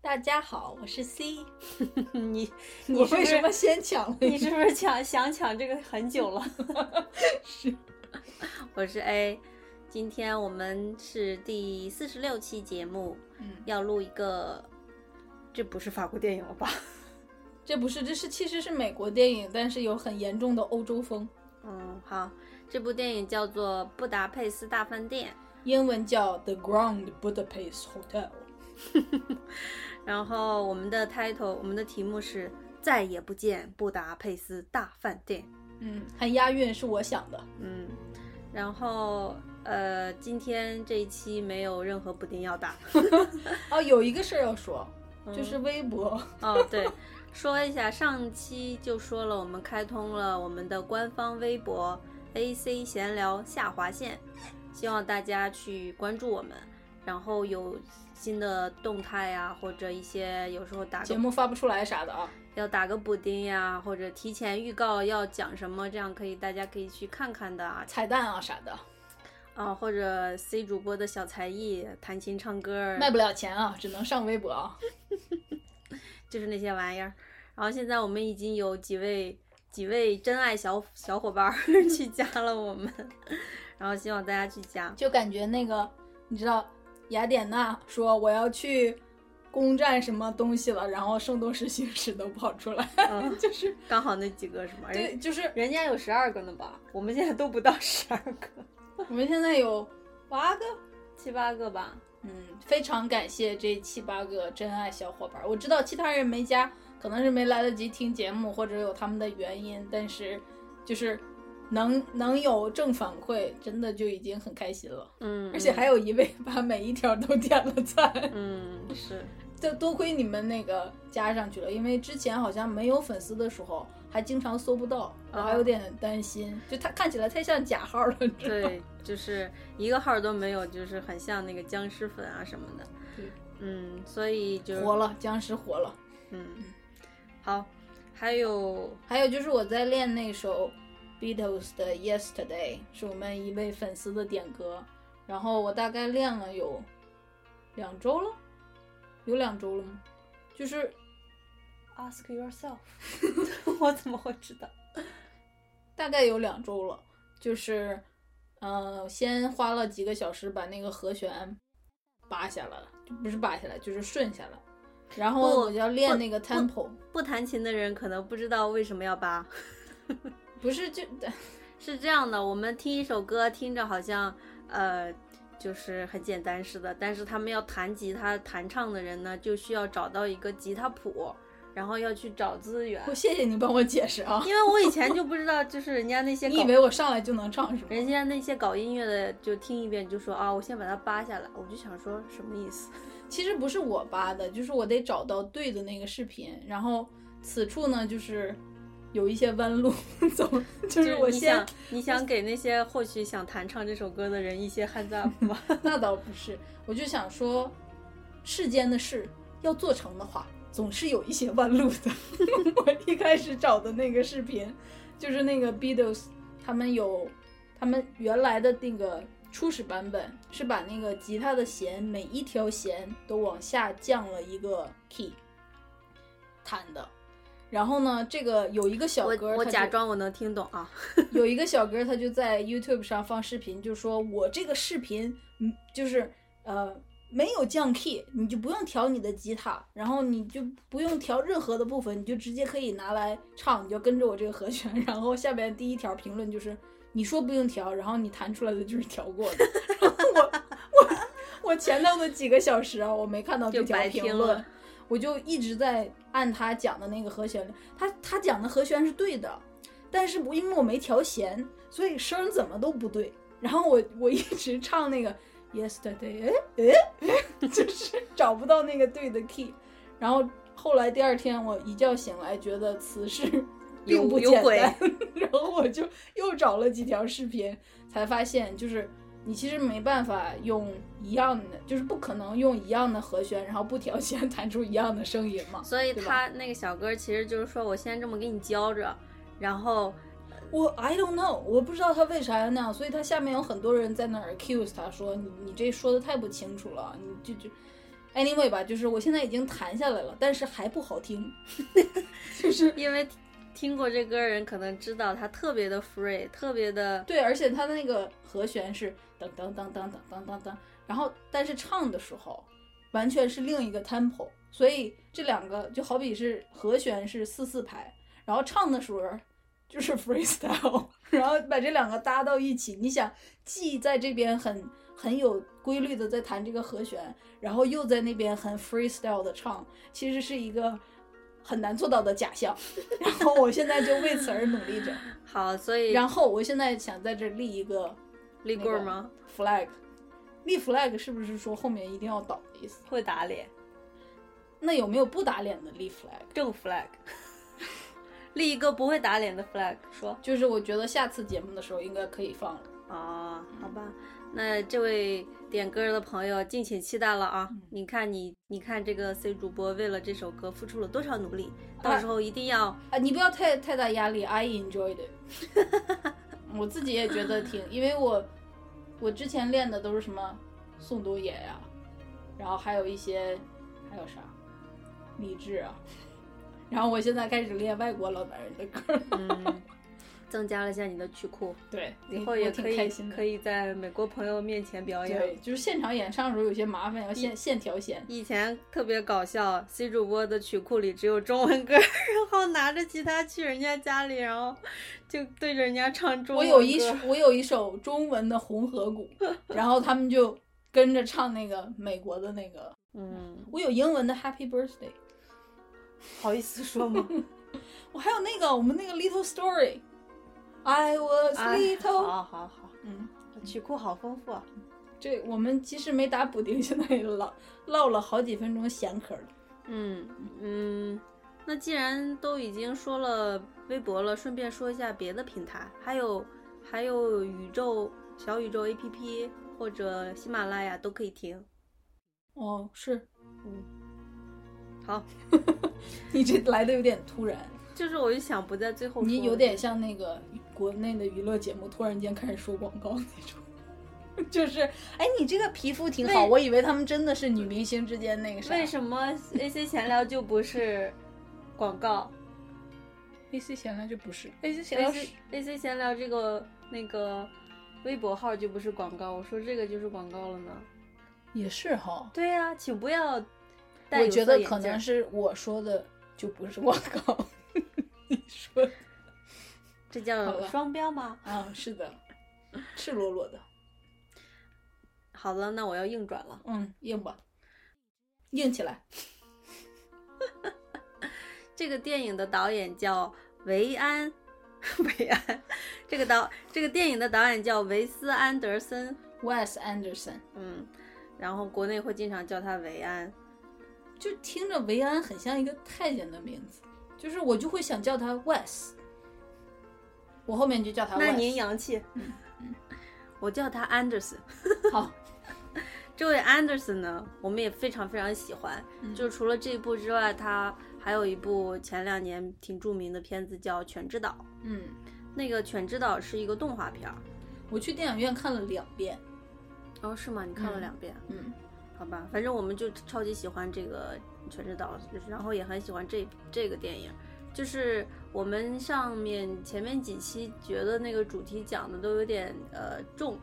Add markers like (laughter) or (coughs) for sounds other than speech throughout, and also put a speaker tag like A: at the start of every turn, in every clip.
A: 大家好，我是 C。你 (laughs)
B: 我
A: 你是不
B: 为什
A: 是
B: 么先抢了一
A: 你是不是抢想抢这个很久 (laughs) 了？
B: 是，
A: (laughs) 我是 A。今天我们是第四十六期节目，
B: 嗯，
A: 要录一个，这不是法国电影了 (laughs) 吧？
B: (laughs) 这不是，这是其实是美国电影，但是有很严重的欧洲风，
A: 嗯，好，这部电影叫做《布达佩斯大饭店
B: 英文叫 The Grand Budapest Hotel。》，
A: 然后我们的 title，我们的题目是再也不见布达佩斯大饭店。
B: 嗯，很押韵，是我想的。
A: 嗯，然后呃，今天这一期没有任何补丁
B: (laughs)
A: 要打，
B: 哦，有一个事儿要说，就
A: 嗯
B: 是微博，
A: 哦，对，说一下，上期就说了，我们开通了我们的官方微博 AC 闲聊下划线，希望大家去关注我们，然后有新的动态呀、或者一些有时候打个
B: 节目发不出来啥的啊。
A: 要打个补丁呀，或者提前预告要讲什么，这样可以大家可以去看看的啊，
B: 彩蛋啊啥的，
A: 啊或者 C 主播的小才艺，弹琴、唱歌，
B: 卖不了钱啊，只能上微博啊。
A: 就是那些玩意儿。然后现在我们已经有几位几位真爱小小伙伴儿 (laughs) 去加了我们，然后希望大家去加。
B: 就感觉那个，你知道，雅典娜说我要去攻占什么东西了，然后圣斗士星矢都跑出来，， (laughs)
A: 嗯
B: 就是
A: 刚好那几个是吗？
B: 对，
A: 人
B: 就是
A: 人家有十二个呢吧？我们现在都不到十二个，
B: 我们现在有八个，
A: 七八个吧。
B: 嗯，非常感谢这七八个真爱小伙伴儿。我知道其他人没加，可能是没来得及听节目，或者有他们的原因，但是就是能能有正反馈，真的就已经很开心了。
A: 嗯，
B: 而且还
A: 有
B: 有一位把每一条都点了赞，
A: 嗯是
B: 这多亏你们那个加上去了，因为之前好像没有粉丝的时候，还经常搜不到，我还有点担心，就他看起来太像假号了，你知道吗？
A: 对，就是一个号儿都没有，就是很像那个僵尸粉啊什么的
B: 对。
A: 嗯，所以就
B: (laughs) 活了，僵尸活了。
A: 嗯，好，还有
B: 还有就是我在练那首 Beatles 的 Yesterday，是我们一位粉丝的点歌，然后我大概练了有两周了，有两周了吗？就是，
A: Ask yourself，我怎么会知道？
B: 大概有两周了，就是，呃，先花了几个小时把那个和弦拔下来了，就不是拔下来，就是顺下来，然后
A: 不
B: 我就要练
A: 不
B: 那个
A: 不
B: tempo，
A: 不弹琴的人可能不知道为什么要扒。
B: 不是就
A: (laughs)
B: (laughs)
A: 是这样的，我们听一首歌，听着好像呃就是很简单似的，但是他们要弹吉他弹唱的人呢，就需要找到一个吉他谱，然后要去找资源
B: 我。谢谢你帮我解释啊，
A: 因为我以前就不知道，就是人家那些
B: 你
A: (laughs) 搞
B: 以为我上来就能唱是吗？
A: 人家那些搞音乐的就听一遍就说啊，我先把它扒下来，我就想说什么意思？
B: 其实不是我扒的，就是我得找到对的那个视频，然后此处呢就是有一些弯路 (laughs) 走，就
A: (laughs) 就是
B: 我
A: 你
B: 先
A: 想你想给那些或许想弹唱这首歌的人一些 hands up 吗？
B: (laughs) 那倒不是，我就想说，世间的事要做成的话，总是有一些弯路的。 (laughs) 我一开始找的那个视频，就是那个 Beatles，他们有他们原来的那个初始版本是把那个吉他的弦每一条弦都往下降了一个 key 弹的。然后呢，这个有一个小
A: (laughs) 我
B: 哥，
A: 我
B: 他
A: 假
B: 就
A: 装我能听懂啊，
B: 有一个小哥，他就在 YouTube 上放视频，就说我这个视频，嗯，就是呃没有降 key，你就不用调你的吉他，然后你就不用调任何的部分，你就直接可以拿来唱，你就跟着我这个和弦。 (laughs) 然后下边第一条评论就是你说不用调，然后你弹出来的就是调过的。 (laughs) 然后我我我前头的几个小时啊，我没看到这
A: 就
B: 条
A: 白
B: 评
A: 听
B: 论
A: 了。
B: 我就一直在按他讲的那个和弦，他他讲的和弦是对的，但是我因为我没调弦，所以声儿怎么都不对。然后我我一直唱那个 Yesterday，哎哎， (laughs) 就是找不到那个对的 key。然后后来第二天我一觉醒来，觉得词是
A: 有
B: 并不
A: 有
B: 简
A: 鬼
B: 单， (laughs) 然后我就又找了几条视频，才发现就是你其实没办法用一样的，就是不可能用一样的和弦，然后不调弦弹出一样的声音嘛。
A: 所以
B: 对吧
A: 他那个小哥其实就是说我先这么给你教着，然后
B: 我 I don't know，我不知道他为啥要那样，所以他下面有很多人在那儿 accuse 他说你你这说的太不清楚了，你就就 anyway 吧，就是我现在已经弹下来了，但是还不好听，就是
A: 因为听过这歌的人可能知道他特别的 free，特别的
B: 对，而且他的那个和弦是噔噔噔噔噔噔噔噔，然后但是唱的时候完全是另一个 tempo，所以这两个就好比是和弦是四四拍，然后唱的时候就是 (laughs) freestyle，然后把这两个搭到一起，你想既在这边很很有规律的在弹这个和弦，然后又在那边很 freestyle 的唱，其实是一个。很难做到的假象， (laughs) 然后我现在就为此而努力着。
A: 好，所以
B: 然后我现在想在这立一个
A: 立棍儿吗？
B: flag，立 flag 是不是说后面一定要倒的意思？
A: 会打脸，
B: 那有没有不打脸的立 flag？
A: 正 flag，立一个不会打脸的 flag，说。
B: 就是我觉得下次节目的时候应该可以放了。
A: 哦，好吧，那这位点歌的朋友敬请期待了啊！
B: 嗯
A: 你看你，你看这个 C 主播为了这首歌付出了多少努力，
B: 啊
A: 到时候一定要
B: 啊，你不要太太大压力，I enjoyed it。我 (laughs) 自己也觉得挺，因为我我之前练的都是什么宋冬野呀、然后还有一些还有啥李志啊，然后我现在开始练外国老男人的歌了。
A: 嗯，增加了一下你的曲库，
B: (laughs) 对，
A: 以后也
B: 挺
A: 可以
B: 开心的
A: 可以在美国朋友面前表
B: 对
A: 演。，
B: 就是现场演唱的时候有些麻烦，要现现调弦。
A: 以前特别搞笑，C 主播的曲库里只有中文歌， (laughs) 然后拿着吉他去人家家里，然后就对着人家唱中
B: 我
A: 文歌。
B: 有一首，我有一首中文的《红河
A: (laughs)
B: 谷》，然后他们就跟着唱那个美国的那个。
A: 嗯，
B: 我有英文的《Happy Birthday》，
A: 好意思说吗？
B: 我还有那个我们那个《Little Story》，I was
A: 哎
B: little、
A: 好好好，
B: 嗯，
A: 曲库好丰富啊。
B: 这我们其实没打补丁， (laughs) 现在也唠唠了好几分钟闲嗑了。
A: 嗯嗯，那既然都已经说了微博了，顺便说一下别的平台，还有还有宇宙小宇宙 APP 或者喜马拉雅都可以听。
B: 哦，是
A: 好，
B: 你这来的有点突然，
A: 就是我就想不在最后
B: 你
A: 说
B: 有点像那个国内的娱乐节目，突然间开始说广告那种。 (laughs) 就是，哎，你这个皮肤挺好，
A: 为
B: 我以为他们真的是女明星之间那个啥。
A: 为什么
B: (laughs)
A: AC 闲聊就不是广告
B: AC 闲聊就不是，AC 闲聊
A: ？AC AC 闲聊这个那个微博号就不是广告，我说这个就是广告了呢？
B: 也是哈。
A: 对呀、请不要
B: 我
A: 戴有
B: 觉
A: 色
B: 得
A: 眼
B: 可
A: 镜
B: 能是我说的就不是广告， (laughs) 你说的
A: 这
B: 好
A: 叫
B: 吧
A: 双标吗？
B: 啊，是的，赤裸裸的，
A: 好了，那我要硬转了。
B: 嗯，硬吧，硬起来。
A: 这个电影的导演叫维安， (laughs) 维安，这个导这个电影的导演叫维斯安德森，
B: Wes Anderson，
A: 嗯，然后国内会经常叫他维安，
B: 就听着维安很像一个太监的名字，就是我就会想叫他 Wes，我啊嗯后面就叫他 Wes。
A: 那您洋气，我叫他安德森。
B: 好，
A: 这位安德森呢，我们也非常非常喜欢。
B: 嗯
A: 就是除了这一部之外，他还有一部前两年挺著名的片子叫《犬之岛
B: 嗯，》。
A: 那个《犬之岛》是一个动画片儿。
B: 我去电影院看了两遍，
A: 哦，是吗？你看了
B: 嗯
A: 两遍？
B: 嗯，
A: 好吧，反正我们就超级喜欢这个《全职岛》，然后也很喜欢这这个电影。就是我们上面前面几期觉得那个主题讲的都有点呃重，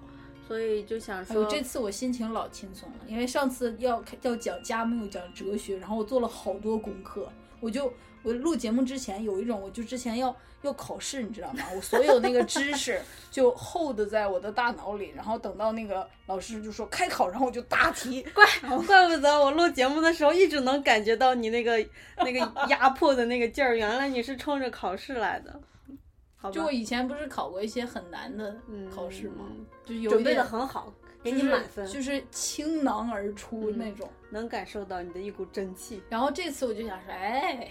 A: 所以就想
B: 哎
A: 说，
B: 呦，这次我心情老轻松了，因为上次要要讲家没有讲哲学，然后我做了好多功课，我就我录节目之前有一种，我就之前要要考试，你知道吗？我所有那个知识就 hold 在我的大脑里，然后等到那个老师就说开考，然后我就答题，
A: 怪 (laughs) 怪不得我录节目的时候一直能感觉到你那个那个压迫的那个劲儿，原来你是冲着考试来的，好吧？
B: 就我以前不是考过一些很难的考试吗？
A: 嗯
B: 就有
A: 准备
B: 一
A: 的
B: 点
A: 很好，给
B: 就
A: 你
B: 是
A: 满分，
B: 就是倾囊而出
A: 嗯
B: 那种。
A: 能感受到你的一股真气。
B: 然后这次我就想说，哎，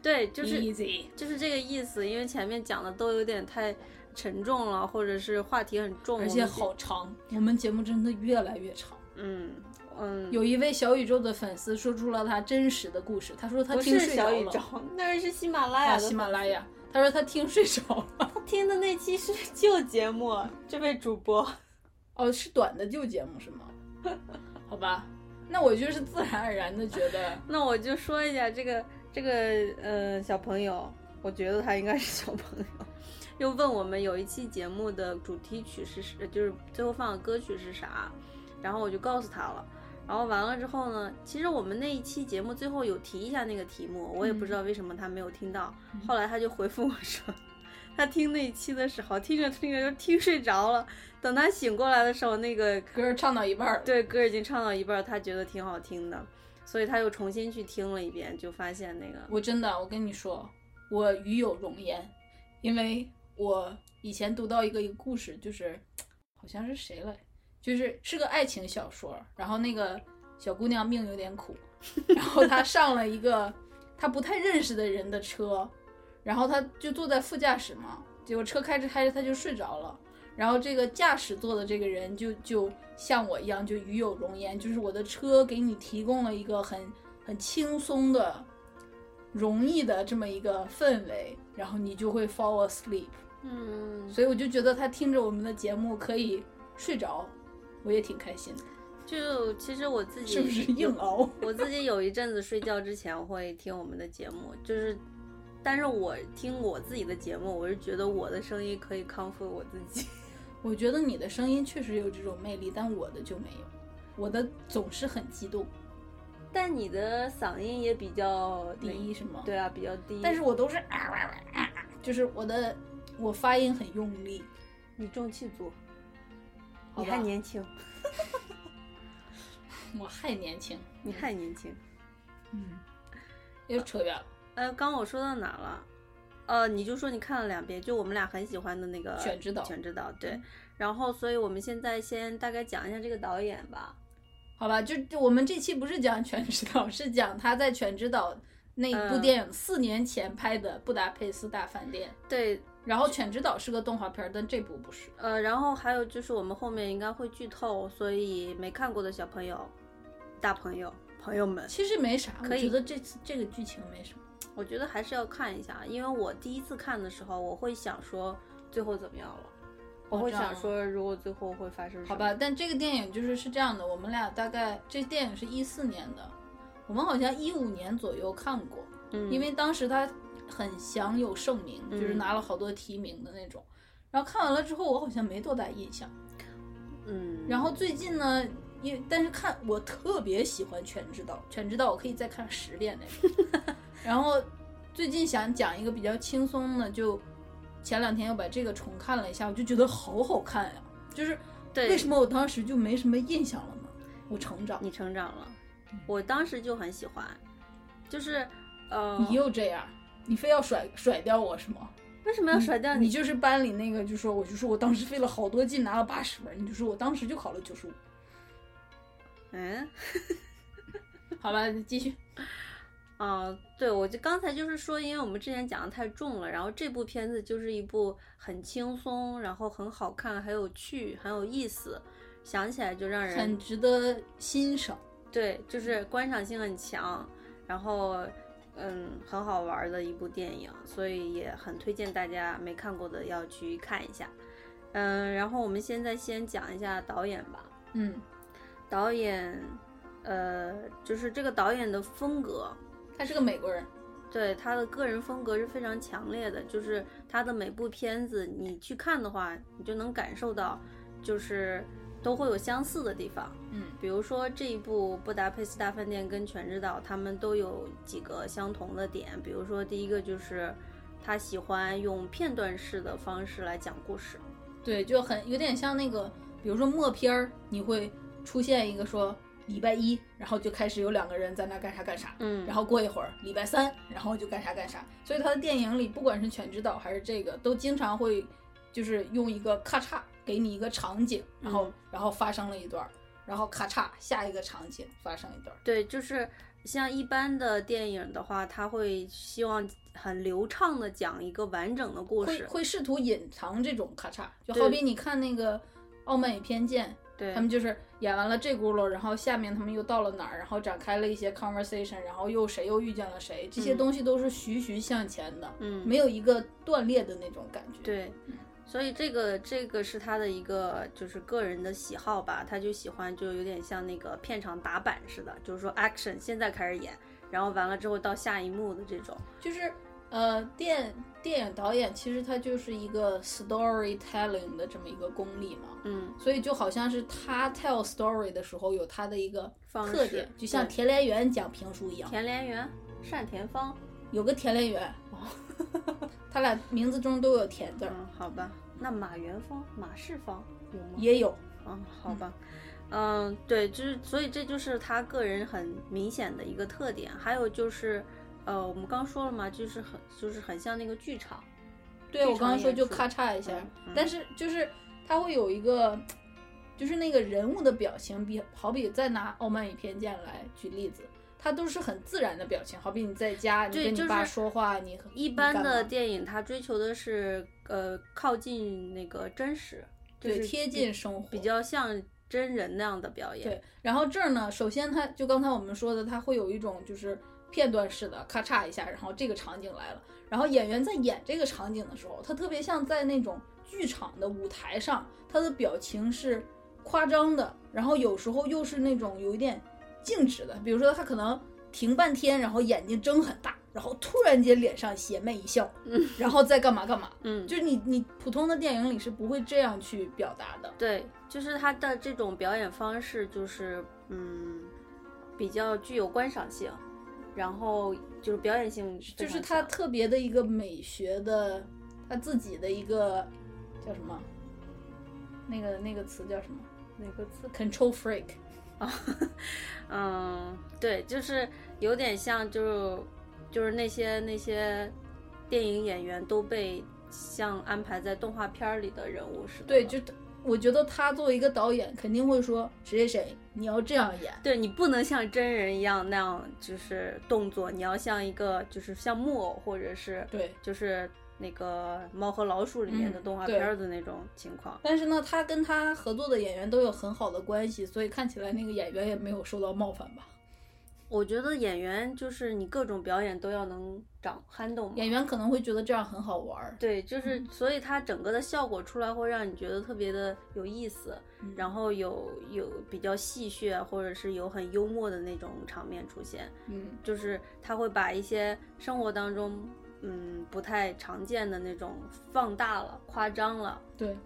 A: 对，就是
B: easy，
A: 就是这个意思，因为前面讲的都有点太沉重了，或者是话题很重，
B: 而
A: 哦我
B: 且
A: 们就
B: 好长，我们节目真的越来越长。
A: 嗯嗯，
B: 有一位小宇宙的粉丝说出了他真实的故事，他说他
A: 不
B: 听
A: 是
B: 睡着
A: 小宇宙哎
B: 了，，
A: 那是喜马拉雅
B: 啊，
A: 的
B: 喜马拉雅，他说他听睡着了，
A: 他听的那期是旧节目，这位主播
B: 哦，是短的旧节目是
A: (laughs)
B: 吗？好吧，那我就是自然而然的觉得，
A: 那我就说一下这个这个呃小朋友，我觉得他应该是小朋友。 (laughs) 又问我们有一期节目的主题曲是是，就是最后放的歌曲是啥，然后我就告诉他了。然后完了之后呢，其实我们那一期节目最后有提一下那个题目，我也不知道为什么他没有听到。 (laughs) 后来他就回复我说， (laughs) 他听那一期的时候，听着听着就听睡着了。等他醒过来的时候，那个
B: 歌唱到一半儿，
A: 对，歌已经唱到一半儿，他觉得挺好听的，所以他又重新去听了一遍，就发现那个，
B: 我真的，我跟你说，我与有容颜，因为我以前读到一个一个故事，就是好像是谁来，就是是个爱情小说，然后那个小姑娘命有点苦，然后她上了一个她不太认识的人的车，然后她就坐在副驾驶嘛，结果车开着开着她就睡着了。然后这个驾驶座的这个人就就像我一样，就与有容颜，就是我的车给你提供了一个很很轻松的、容易的这么一个氛围，然后你就会 fall asleep。
A: 嗯，
B: 所以我就觉得他听着我们的节目可以睡着，我也挺开心的，
A: 就其实我自己
B: 是不
A: (laughs)
B: 是硬熬？
A: 我自己有一阵子睡觉之前会听我们的节目，就是，但是我听我自己的节目，我是觉得我的声音可以康复我自己。 (laughs)
B: 我觉得你的声音确实有这种魅力，但我的就没有，我的总是很激动，
A: 但你的嗓音也比较
B: 第一，是吗？
A: 对。啊，比较低。
B: 但是我都是啊啊啊啊啊，就是我的我发音很用力，
A: 你重气足，
B: 好
A: 你
B: 吧
A: 还？年轻，
B: 我还年轻，
A: 你还年轻。
B: 嗯，又扯远了。
A: 呃，刚我说到哪了？呃，你就说你看了两遍，就我们俩很喜欢的那个《
B: 犬之岛嗯
A: 犬之岛》对。然后，所以我们现在先大概讲一下这个导演吧。
B: 好吧，就就我们这期不是讲《全职岛》，是讲他在《全职岛》那一部
A: 嗯
B: 电影四年前拍的《布达佩斯大饭店》。
A: 对，
B: 然后《全职岛》是个动画片儿，但这部不是。
A: 呃，然后还有就是我们后面应该会剧透，所以没看过的小朋友、大朋友、朋友们，
B: 其实没啥，
A: 可以
B: 我觉得这次这个剧情没什么。
A: 我觉得还是要看一下，因为我第一次看的时候，我会想说最后怎么样了，我
B: 哦
A: 会
B: 这样
A: 想说如果最后会发生什么。
B: 好吧，，但这个电影就是是这样的，我们俩大概这电影是一四年的，我们好像一五年左右看过，
A: 嗯，
B: 因为当时他很享有盛名，
A: 嗯
B: 就是拿了好多提名的那种。然后看完了之后，我好像没多大印象。
A: 嗯，
B: 然后最近呢，因但是看我特别喜欢《全职岛》，《全职岛》我可以再看十遍那种。 (laughs) 然后最近想讲一个比较轻松的，就前两天又把这个重看了一下，我就觉得好好看呀、就是
A: 对
B: 为什么我当时就没什么印象了呢？我成长，嗯
A: 你成长了，我当时就很喜欢，就是嗯，
B: 你又这样，你非要甩甩掉我是吗？
A: 为什么要甩掉
B: 你
A: 你？
B: 就是班里那个，就说我就说我当时费了好多劲拿了八十分，你就说我当时就考了九十五，
A: 嗯，
B: 好吧，你继续。
A: 啊，对，我就刚才就是说，因为我们之前讲的太重了，然后这部片子就是一部很轻松，然后很好看，很有趣，很有意思，想起来就让人
B: 很值得欣赏。
A: 对，就是观赏性很强，然后嗯，很好玩的一部电影，所以也很推荐大家没看过的要去看一下。嗯，然后我们现在先讲一下导演吧。
B: 嗯，
A: 导演，呃，就是这个导演的风格，
B: 他是个美国人，
A: 对他的个人风格是非常强烈的，就是他的每部片子你去看的话，你就能感受到，就是都会有相似的地方。
B: 嗯
A: 比如说这一部《布达佩斯大饭店》跟《全知道》，他们都有几个相同的点。比如说，第一个就是他喜欢用片段式的方式来讲故事。
B: 对，就很有点像那个，比如说默片儿，你会出现一个说礼拜一，然后就开始有两个人在那干啥干啥，
A: 嗯
B: 然
A: 后
B: 后过一会儿礼拜三，然后就干啥干啥。所以他的电影里，不管是《全知道》还是这个，都经常会就是用一个咔嚓给你一个场景，然后、
A: 嗯
B: 然后发生了一段儿，然后咔嚓下一个场景发生一段儿。
A: 对，就是像一般的电影的话，他会希望很流畅的讲一个完整的故
B: 会
A: 事。
B: 会试图隐藏这种咔嚓，就
A: 对
B: 好比你看那个《傲慢与偏见》，
A: 对，
B: 他们就是演完了这轱辘，然后下面他们又到了哪儿，然后展开了一些 conversation，然后又谁又遇见了谁，这些
A: 嗯
B: 东西都是徐徐向前的，
A: 嗯
B: 没有一个断裂的那种感觉。，
A: 对
B: 嗯，
A: 所以这个这个是他的一个就是个人的喜好吧，他就喜欢就有点像那个片场打板似的，就是说 action 现在开始演，然后完了之后到下一幕的这种。
B: 就是呃，电电影导演其实他就是一个 storytelling 的这么一个功力嘛。
A: 嗯，
B: 所以就好像是他 tell story 的时候有他的一个
A: 方
B: 特
A: 式
B: 点，就像
A: 对
B: 田连元讲评书一样，
A: 田连元、单田芳，
B: 有个田连元，哦 (laughs) 他俩名字中都有田字儿，
A: 嗯，好吧，那马元芳、马世芳有吗？
B: 也有。
A: 嗯，好吧，嗯，对，就是所以这就是他个人很明显的一个特点，还有就是。呃，我们刚说了嘛，就是很就是很像那个剧场，
B: 对我
A: 剧
B: 刚刚
A: 场
B: 说
A: 演
B: 就
A: 出
B: 咔嚓一下，
A: 嗯嗯
B: 但是就是他会有一个，就是那个人物的表情，比好比再拿《傲慢与偏见》来举例子，他都是很自然的表情，好比你在家，你
A: 对
B: 跟
A: 就
B: 你
A: 是
B: 爸说话，你和
A: 一般的
B: 你干嘛
A: 电影，它追求的是呃靠近那个真实，就
B: 对
A: 是
B: 贴
A: 比
B: 近生活
A: 比较像真人那样的表演。
B: 对，然后这儿呢，首先它就刚才我们说的，它会有一种就是片段式的咔嚓一下，然后这个场景来了，然后演员在演这个场景的时候，他特别像在那种剧场的舞台上，他的表情是夸张的，然后有时候又是那种有一点静止的，比如说他可能停半天，然后眼睛睁很大，然后突然间脸上邪魅一笑，
A: 嗯
B: 然后再干嘛干嘛，
A: 嗯，
B: 就是你你普通的电影里是不会这样去表达的。
A: 对，就是他的这种表演方式，就是嗯比较具有观赏性，然后就是表演性非
B: 就是
A: 常
B: 他
A: 强
B: 特别的一个美学的，他自己的一个叫什么？那个那个词叫什么
A: 哪个字
B: ？Control freak。
A: 啊， (laughs) 嗯，对，就是有点像，就是就是那些那些电影演员都被像安排在动画片儿里的人物似的了。
B: 对，就我觉得他作为一个导演，肯定会说谁谁谁，你要这样演。
A: 对你不能像真人一样那样就是动作，你要像一个就是像木偶或者是
B: 对，
A: 就是那个《猫和老鼠》里面的
B: 嗯
A: 动画
B: 对
A: 片儿的那种情况。
B: 但是呢，他跟他合作的演员都有很好的关系，所以看起来那个演员也没有受到冒犯吧。
A: 我觉得演员就是你各种表演都要能掌撼动嘛。
B: 演员可能会觉得这样很好玩儿，
A: 对，就是所以它整个的效果出来会让你觉得特别的有意思，
B: 嗯
A: 然后有有比较戏谑啊或者是有很幽默的那种场面出现，
B: 嗯，
A: 就是他会把一些生活当中嗯不太常见的那种放大了、夸张了，
B: 对，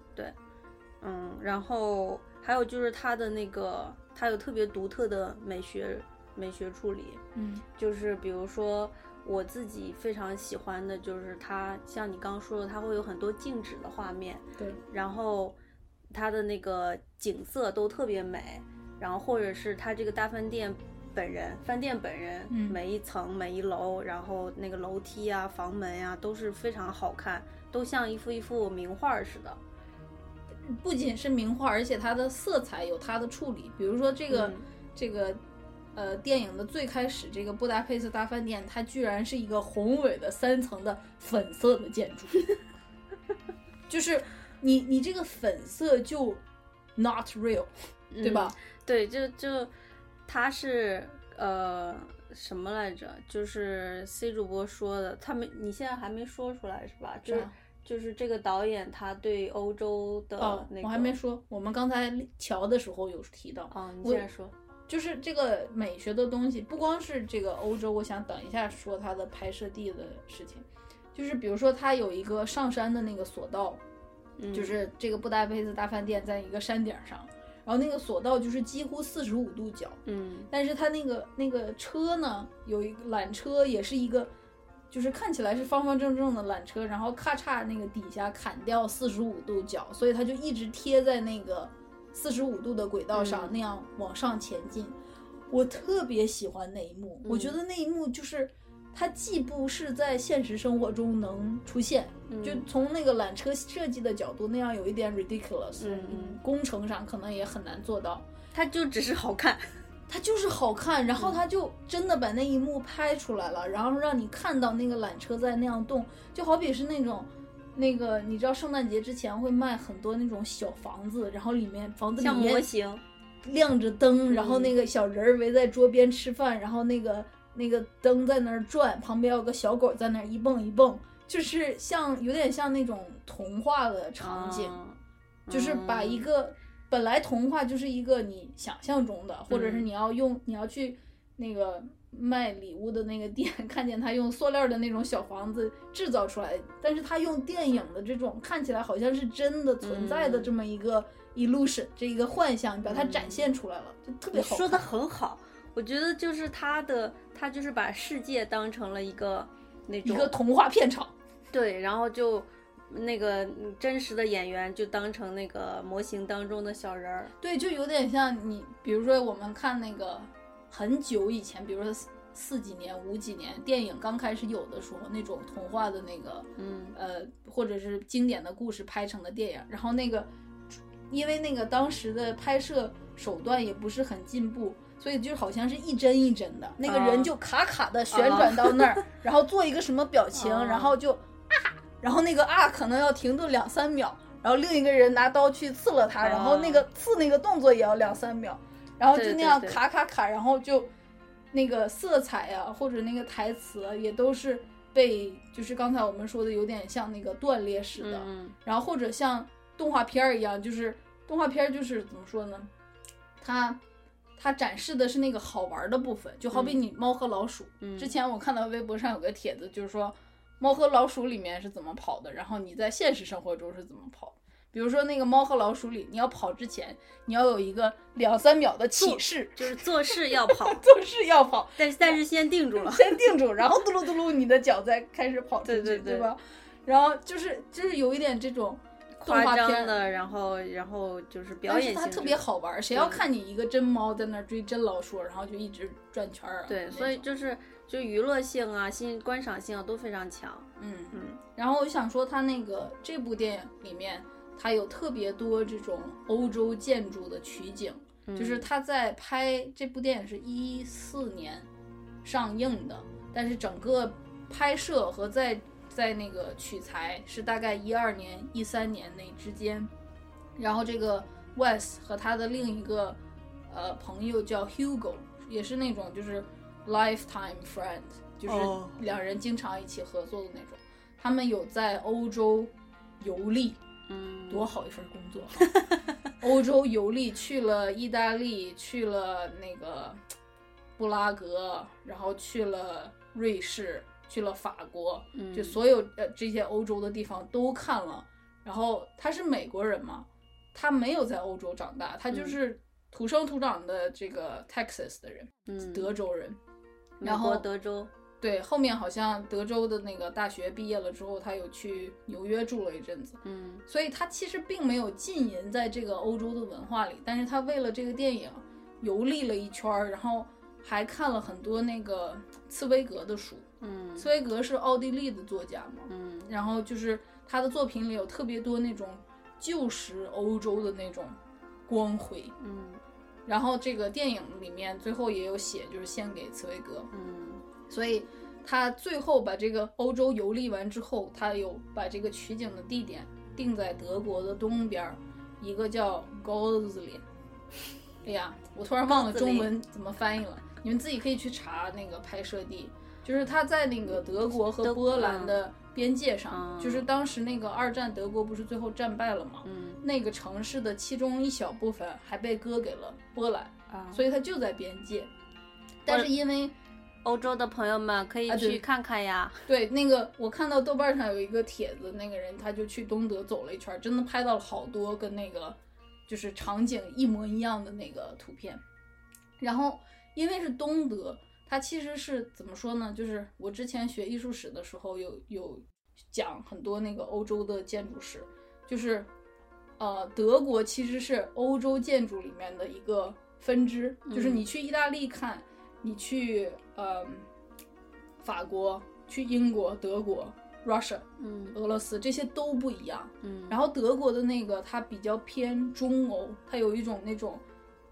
A: 嗯，然后还有就是他的那个他有特别独特的美学美学处理，
B: 嗯
A: 就是比如说我自己非常喜欢的就是它，像你刚刚说的，它会有很多静止的画面，
B: 对，
A: 然后它的那个景色都特别美，然后或者是它这个大饭店本人，饭店本人，
C: 嗯
A: 每一层每一楼，然后那个楼梯啊、房门呀、都是非常好看，都像一幅一幅名画似的。
B: 不仅是名画，而且它的色彩有它的处理。比如说这个、
A: 嗯
B: 这个呃电影的最开始，这个布达佩斯大饭店，它居然是一个宏伟的三层的粉色的建
A: (laughs)
B: 筑，就是你你这个粉色就 not real，对
A: 嗯
B: 吧？
A: 对，就就他是呃什么来着？就是 C 主播说的，他没你现在还没说出来是吧？就是是
B: 吧
A: 就是这个导演他对欧洲的
B: 哦，
A: 那个，
B: 我还没说，我们刚才瞧的时候有提到，
A: 哦，你
B: 我
A: 接着说，
B: 就是这个美学的东西，不光是这个欧洲，我想等一下说它的拍摄地的事情，就是比如说它有一个上山的那个索道，
A: 嗯
B: 就是这个布达佩斯大饭店在一个山顶上，然后那个索道就是几乎四十五度角，
A: 嗯
B: 但是它那个那个车呢，有一个缆车，也是一个，就是看起来是方方正正的缆车，然后咔嚓那个底下砍掉四十五度角，所以它就一直贴在那个四十五度的轨道上，
A: 嗯
B: 那样往上前进。我特别喜欢那一幕，我觉
A: 嗯
B: 得那一幕就是。它既不是在现实生活中能出现，
A: 嗯
B: 就从那个缆车设计的角度，那样有一点 ridiculous，、
A: 嗯嗯
B: 工程上可能也很难做到。
A: 他就只是好看，
B: 它就是好看，然后
A: 嗯
B: 他就真的把那一幕拍出来了，然后让你看到那个缆车在那样动，就好比是那种，那个你知道圣诞节之前会卖很多那种小房子，然后里面房子里
A: 像模
B: 面
A: 型，
B: 亮着灯，然后
A: 嗯
B: 那个小人儿围在桌边吃饭，然后那个那个灯在那儿转，旁边有个小狗在那儿一蹦一蹦，就是像有点像那种童话的场景，
A: 啊
B: 就是把一
A: 嗯
B: 个、本来童话就是一个你想象中的，或者是
A: 嗯
B: 你要用你要去那个卖礼物的那个店， (laughs) 看见他用塑料的那种小房子制造出来，但是他用电影的这种看起来好像是真的存在的
A: 嗯
B: 这么一个 illusion，、这一个幻象，把它展
A: 嗯
B: 现出来了，就特别
A: 你
B: 好看。
A: 说的很好，我觉得就是他的，他就是把世界当成了一个那
B: 一
A: 种
B: 个童话片场，
A: 对，然后就那个嗯真实的演员就当成那个模型当中的小人儿，
B: 对，就有点像你，比如说我们看那个很久以前，比如说四四几年、五几年电影刚开始有的时候，那种童话的那个
A: 嗯
B: 呃，或者是经典的故事拍成的电影。然后那个，因为那个当时的拍摄手段也不是很进步，所以就好像是一帧一帧的，那个
A: 啊
B: 人就卡卡的旋转到那儿，
A: (laughs)
B: 然后做一个什么表情，
A: 啊
B: 然后就啊，然后那个啊可能要停顿两三秒，然后另一个人拿刀去刺了他，然后那个刺那个动作也要两三秒，然后就
A: 啊对
B: 那样
A: 对对
B: 卡卡卡，然后就那个色彩啊，或者那个台词、啊、也都是被，就是刚才我们说的有点像那个断裂式的，
A: 嗯
B: 然后或者像动画片儿一样，就是动画片儿就是怎么说呢？它它展示的是那个好玩的部分，就好比
A: 嗯
B: 你猫和老鼠。
A: 嗯
B: 之前我看到微博上有个帖子，就是说猫和老鼠里面是怎么跑的，然后你在现实生活中是怎么跑的。比如说那个猫和老鼠里，你要跑之前，你要有一个两三秒的起 (laughs) 势，，
A: 就是做事要跑
B: (laughs) 就是要跑，
A: 但是但是先定住
B: (laughs)
A: 了，
B: 先定住，然后嘟噜嘟噜，你的脚再开始跑出去，
A: 对对对
B: 吧？然后就是就是有一点这种动
A: 夸
B: 画片
A: 张的，然后然后就是表
B: 但是
A: 演性
B: 它
A: 质，
B: 特别好玩儿，谁要看你一个真猫在那儿追真老鼠，然后就一直转圈儿啊？
A: 对，
B: 那
A: 所以
B: 种
A: 就是就娱乐性啊、新观赏性啊都非常强，
B: 嗯，
A: 嗯
B: 然后我想说，它那个这部电影里面，它有特别多这种欧洲建筑的取景，
A: 嗯
B: 就是他在拍这部电影是一四年上映的，但是整个拍摄和在在那个取材是大概一二年、一三年那之间。然后这个 Wes 和他的另一个呃朋友叫 Hugo，也是那种就是 lifetime friend，就是
A: 哦
B: 两人经常一起合作的那种。他们有在欧洲游历，
A: 嗯
B: 多好一份工作啊！欧洲游历去了意大利，去了那个布拉格，然后去了瑞士，去了法国，就
A: 嗯
B: 所有呃这些欧洲的地方都看了。然后他是美国人嘛，他没有在欧洲长大，他就
A: 嗯
B: 是土生土长的这个 Texas 的人，
A: 嗯
B: 德州人。
A: 美
B: 然
A: 国
B: 后
A: 德州
B: 对，后面好像德州的那个大学毕业了之后，他有去纽约住了一阵子。
A: 嗯
B: 所以他其实并没有浸淫在这个欧洲的文化里，但是他为了这个电影游历了一圈儿，然后还看了很多那个茨威格的书。
A: 嗯
B: 茨威格是奥地利的作家嘛，
A: 嗯
B: 然后就是他的作品里有特别多那种旧时欧洲的那种光辉。
A: 嗯
B: 然后这个电影里面最后也有写，就是献给茨威格，
A: 嗯
B: 所以他最后把这个欧洲游历完之后，他有把这个取景的地点定在德国的东边儿，一个叫 g o s l i n 哎呀，我突然忘了中文怎么翻译了，你们自己可以去查那个拍摄地，就是他在那个德国和
A: 德
B: 波兰的边界上，
A: 嗯
B: 就是当时那个二战德国不是最后战败了吗？
A: 嗯
B: 那个城市的其中一小部分还被割给了波兰，
A: 啊，
B: 所以它就在边界。但是因为
A: 欧洲的朋友们可
B: 啊
A: 以
B: 对
A: 去看看呀。
B: 对那个，我看到豆瓣上有一个帖子，那个人他就去东德走了一圈儿，真的拍到了好多跟那个就是场景一模一样的那个图片。然后因为是东德，它其实是怎么说呢？就是我之前学艺术史的时候有有讲很多那个欧洲的建筑史，就是呃，德国其实是欧洲建筑里面的一个分支，就是
A: 嗯
B: 你去意大利看，你去呃法国、去英国、德国、Russia、
A: 嗯
B: 俄罗斯这些都不一样。
A: 嗯，
B: 然后德国的那个它比较偏中欧，它有一种那种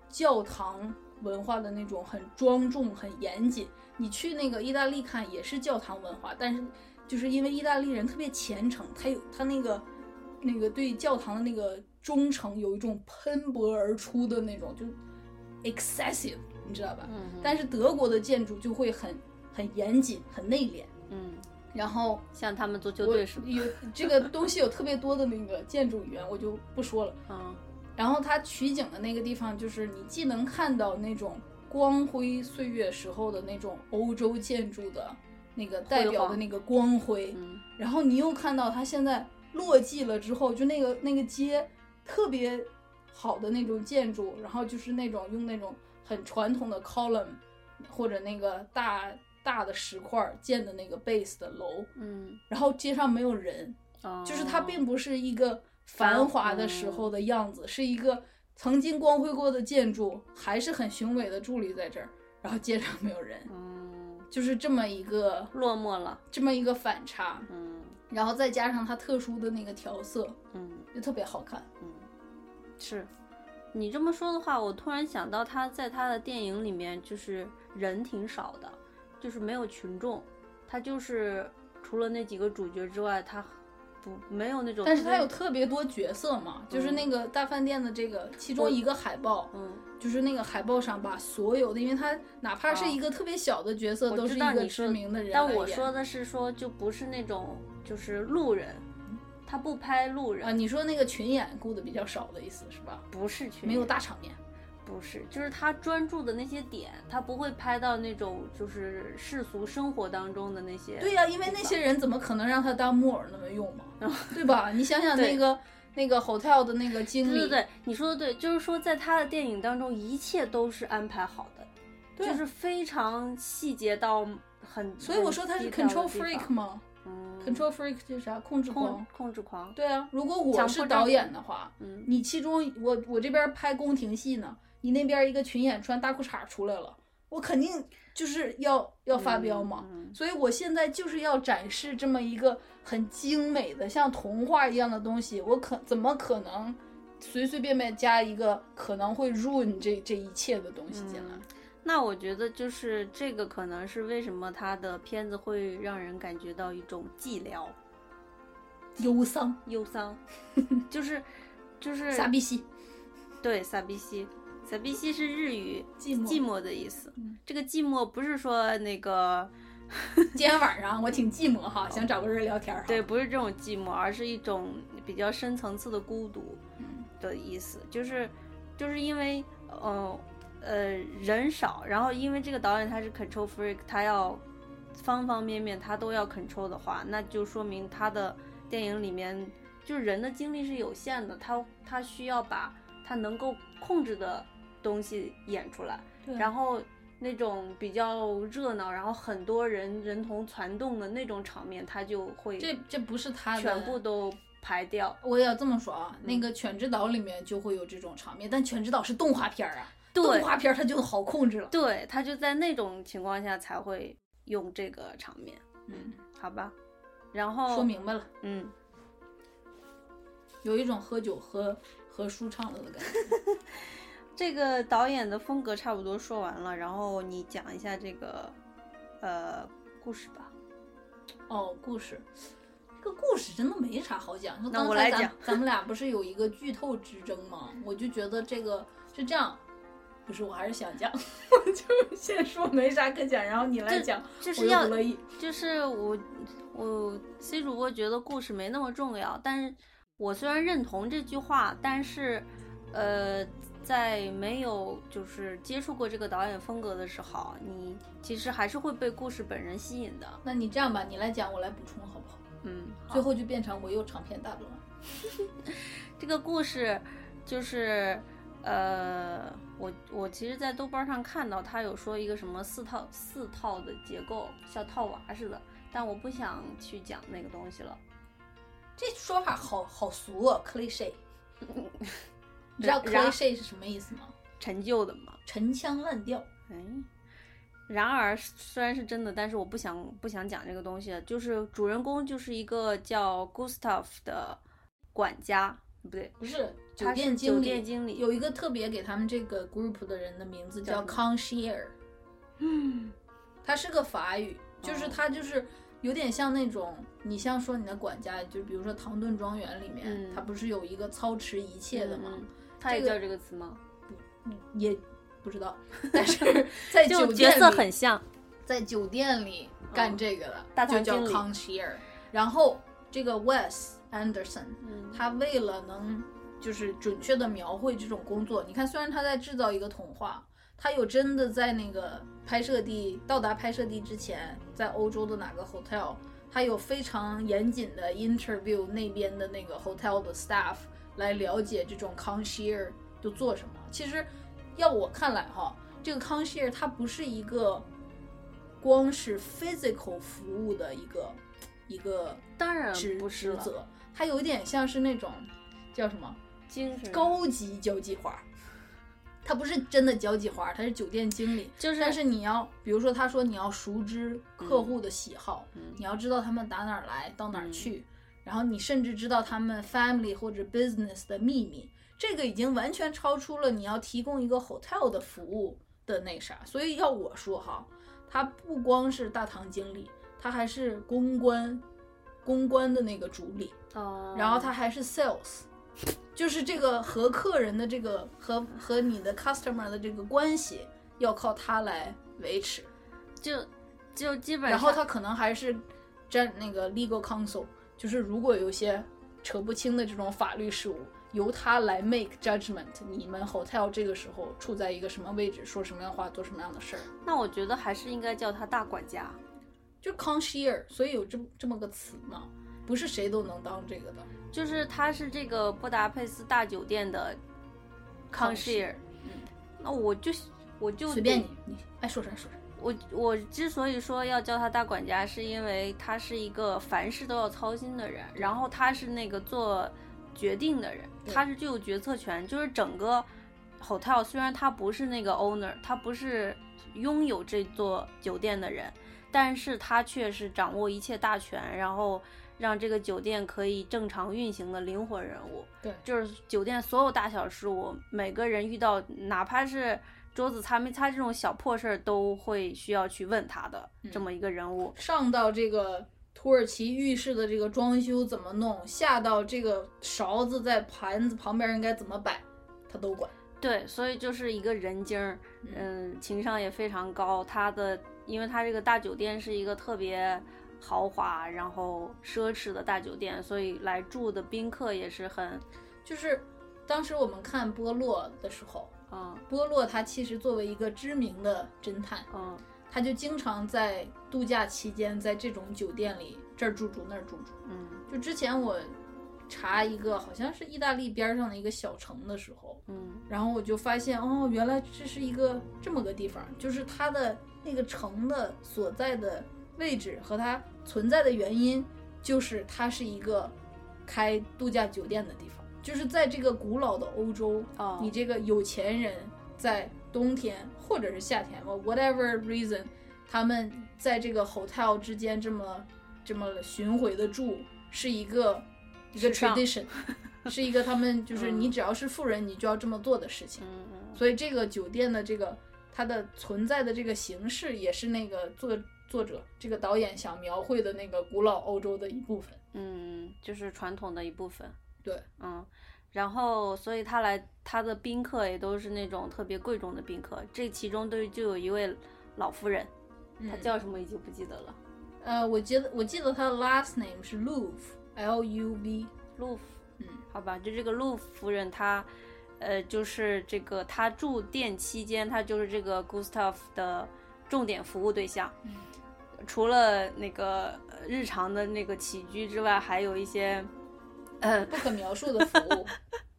B: 教堂文化的那种很庄重、很严谨。你去那个意大利看也是教堂文化，但是就是因为意大利人特别虔诚，他有他那个那个对教堂的那个忠诚有一种喷薄而出的那种，就 excessive，你知道吧？
A: 嗯，
B: 但是德国的建筑就会很很严谨、很内敛，
A: 嗯，
B: 然后
A: 像他们足球
B: 我
A: 队是吧？
B: 有这个东西有特别多的那个建筑语言，我就不说了。
A: 嗯
B: 然后它取景的那个地方，就是你既能看到那种光辉岁月时候的那种欧洲建筑的那个代表的那个光辉，
A: 嗯
B: 然后你又看到它现在落寂了之后，就那个那个街特别好的那种建筑，然后就是那种用那种很传统的 column 或者那个大大的石块儿建的那个 base 的楼，
A: 嗯，
B: 然后街上没有人，
A: 哦
B: 就是它并不是一个繁华的时候的样子，是一个曾经光辉过的建筑，还是很雄伟的伫立在这儿，然后街上没有人，
A: 嗯
B: (laughs) 就是这么一个
A: 落寞了。
B: 这么一个反差，
A: 嗯
B: 然后再加上它特殊的那个调色，
A: 嗯
B: 就特别好看。
A: 嗯，是。你这么说的话，我突然想到他在他的电影里面就是人挺少的，就是没有群众，他就是除了那几个主角之外，他不没有那种
B: 但
A: 别。
B: 是它有特别多角色嘛，就是那个大饭店的这个其中一个海报，
A: 嗯，
B: 就是那个海报上把所有的，因为它哪怕是一个特别小的角色，
A: 啊我
B: 都是
A: 知
B: 一
A: 道
B: 个
A: 你
B: 知
A: 说
B: 名的人来演。
A: 但我说的是说就不是那种就是路人，他不拍路
B: 啊，
A: 人，
B: 你说那个群演雇的比较少的意思是吧？
A: 不是群
B: 没有
A: 演
B: 大场面。
A: 不是，就是他专注的那些点，他不会拍到那种就是世俗生活当中的那些。
B: 对呀、因为那些人怎么可能让他当木偶那么用嘛，对吧？你想想那
A: 嗯对
B: 个那个 hotel 的那个经
A: 对
B: 理，
A: 对对，你说的对，就是说在他的电影当中，一切都是安排好的，
B: 对
A: 就是非常细节到很。
B: 所以我说他是
A: 很低调
B: control
A: 的地
B: freak
A: 方
B: 嘛、
A: 嗯
B: c o n t r o l freak 就是啥？控制
A: 控
B: 狂。
A: 控制狂，
B: 对啊，如果我
A: 强
B: 是
A: 迫症
B: 导演的话，
A: 嗯，
B: 你其中我我这边拍宫廷戏呢，你那边一个群演穿大裤衩出来了，我肯定就是要要发飙嘛。
A: 嗯
B: 所以我现在就是要展示这么一个很精美的像童话一样的东西，我可怎么可能随随便便加一个可能会 ruin 这这一切的东西进来？
A: 嗯那我觉得就是这个，可能是为什么他的片子会让人感觉到一种寂寥、
B: 忧伤，
A: 忧
B: (laughs)
A: 伤，就是就是
B: 傻逼西，
A: 对，萨比西，萨比西是日语
B: 寂寞
A: 寂寞的意思。
B: 嗯
A: 这个寂寞不是说那个
B: 今天晚上我挺寂寞哈，想找个人聊天哈。
A: 对，，不是这种寂寞，而是一种比较深层次的孤独
B: 嗯
A: 的意思，就是就是因为呃呃人少，然后因为这个导演他是 control freak，他要方方面面他都要 control 的话，那就说明他的电影里面就是人的精力是有限的，他他需要把他能够控制的东西演出来。然
B: 后
A: 后那种比较热闹，然后很多人人头攒动的那种场面，他就会
B: 这这不是他的
A: 全部。都嗯排掉。
B: 我也要这么说啊，那个《犬之岛》里面就会有这种场面，但《犬之岛》是动画片儿啊，动
A: 对
B: 画片儿它就好控制了。
A: 对，他就在那种情况下才会用这个场面，
B: 嗯，
A: 好吧？然后
B: 说明白了，
A: 嗯，
B: 有一种喝酒喝喝舒畅了的感觉。
A: 这个导演的风格差不多说完了，然后你讲一下这个呃故事吧。
B: 哦，故事，这个故事真的没啥好讲。就
A: 那
B: 刚
A: 我
B: 才
A: 来
B: 咱
A: 讲
B: 咱们俩不是有一个剧透之争吗？我就觉得这个是这样，不是，我还是想讲， (laughs) 我就先说没啥可讲，然后你来
A: 这
B: 讲，
A: 就
B: 我
A: 是
B: 又
A: 要
B: 不乐意。
A: 就是我我 C 主播觉得故事没那么重要，但是我虽然认同这句话，但是呃，在没有就是接触过这个导演风格的时候，你其实还是会被故事本人吸引的。
B: 那你这样吧，你来讲，我来补充，好不好？
A: 嗯，好
B: 最后就变成我又长篇大论了。
A: 这个故事就是，呃，我我其实，在豆瓣上看到他有说一个什么四套四套的结构，像套娃似的，但我不想去讲那个东西了。
B: 这说法好好俗哦，cliche。你知道
A: 然
B: cliche 是什么意思吗？
A: 陈旧的嘛，
B: 陈腔滥调。
A: 哎，然而虽然是真的，但是我不想不想讲这个东西了。就是主人公就是一个叫 Gustav 的管家，不对，
B: 不是酒
A: 他是
B: 店经
A: 酒
B: 理，
A: 店经理
B: 有一个特别给他们这个 group 的人的名字
A: 叫
B: 叫
A: 什么
B: concierge，
A: 嗯，
B: 他是个法语，就是
A: 哦
B: 他就是有点像那种你像说你的管家，就比如说《唐顿庄园》里面
A: 嗯，
B: 他不是有一个操持一切的吗
A: 嗯？他也
B: 这个
A: 叫这个词吗？
B: 嗯也不知
A: (laughs)
B: 道，但是在酒
A: 就角
B: 店
A: 色
B: 里
A: 很像，
B: 在酒店里干这个的，
A: 大
B: 就
A: 堂
B: 叫
A: 经理
B: concierge。然后这个 Wes Anderson，
A: 嗯，
B: 他为了能就是准确的描绘这种工作，你看，虽然他在制造一个童话，他有真的在那个拍摄地到达拍摄地之前，在欧洲的哪个 hotel，他有非常严谨的 interview 那边的那个 hotel 的 staff 来了解这种 concierge 都做什么。其实，要我看来哈，这个 concierge 它不是一个光是 physical 服务的一个一个
A: 当然
B: 职
A: 不是
B: 职
A: 了
B: 责，它有一点像是那种叫什么
A: 精神
B: 高级交际花儿，它不是真的交际花儿，它是酒店经理。
A: 就是
B: 但是你要，比如说他说你要熟知客户的喜好，
A: 嗯
B: 你要知道他们打哪儿来，到哪儿
A: 嗯
B: 去，然后你甚至知道他们 family 或者 business 的秘密，这个已经完全超出了你要提供一个 hotel 的服务的那啥。所以要我说哈，他不光是大堂经理，他还是公关，公关的那个主理，
A: 哦，
B: 然后他还是 sales，就是这个和客人的这个和和你的 customer 的这个关系要靠他来维持，
A: 就就基本上，
B: 然后他可能还是占那个 legal counsel，就是如果有些扯不清的这种法律事务，由他来 make judgment，你们 hotel 这个时候处在一个什么位置，说什么样的话，做什么样的事儿，
A: 那我觉得还是应该叫他大管家。
B: 就是 concierge，所以有这么这么个词嘛，不是谁都能当这个的。
A: 就是他是这个布达佩斯大酒店的康希尔，
B: 嗯，
A: 那我就我就
B: 随便你，你爱说啥说啥。
A: 我我之所以说要叫他大管家，是因为他是一个凡事都要操心的人，然后他是那个做决定的人，
B: 对
A: 他是具有决策权，就是整个 hotel 虽然他不是那个 owner，他不是拥有这座酒店的人，但是他却是掌握一切大权，然后让这个酒店可以正常运行的灵魂人物。
B: 对
A: 就是酒店所有大小事务，每个人遇到哪怕是桌子擦没擦这种小破事儿，都会需要去问他的
B: 嗯
A: 这么一个人物。
B: 上到这个土耳其浴室的这个装修怎么弄，下到这个勺子在盘子旁边应该怎么摆，他都管。
A: 对，所以就是一个人精儿，
B: 嗯，
A: 嗯，情商也非常高。他的，因为他这个大酒店是一个特别豪华，然后奢侈的大酒店，所以来住的宾客也是很，
B: 就是当时我们看波洛的时候，
A: 嗯
B: 波洛他其实作为一个知名的侦探，
A: 嗯
B: 他就经常在度假期间在这种酒店里这儿住住那儿住住。
A: 嗯
B: 就之前我查一个好像是意大利边上的一个小城的时候，
A: 嗯
B: 然后我就发现哦，原来这是一个这么个地方，就是它的那个城的所在的位置和它存在的原因，就是它是一个开度假酒店的地方，就是在这个古老的欧洲，
A: 哦
B: 你这个有钱人在冬天或者是夏天吧，whatever reason，他们在这个 hotel 之间这么这么巡回的住，是一个一个
A: 时尚 (laughs)
B: tradition，是一个他们就是
A: 嗯
B: 你只要是富人，你就要这么做的事情。
A: 嗯嗯
B: 所以这个酒店的这个它的存在的这个形式，也是那个作作者这个导演想描绘的那个古老欧洲的一部分。
A: 嗯，就是传统的一部分。
B: 对，
A: 嗯，然后所以他来他的宾客也都是那种特别贵重的宾客，这其中对就有一位老夫人，她
B: 嗯
A: 叫什么已经不记得了，
B: 呃，我记得我记得他的 last name 是 Louvre，L U V。
A: 陆夫
B: 嗯，
A: 好吧，就这个陆夫人她。呃，就是这个，她住店期间，她就是这个 Gustav 的重点服务对象。
B: 嗯
A: 除了那个呃日常的那个起居之外，还有一些，呃， (coughs)
B: 不可描述的服务。 (laughs)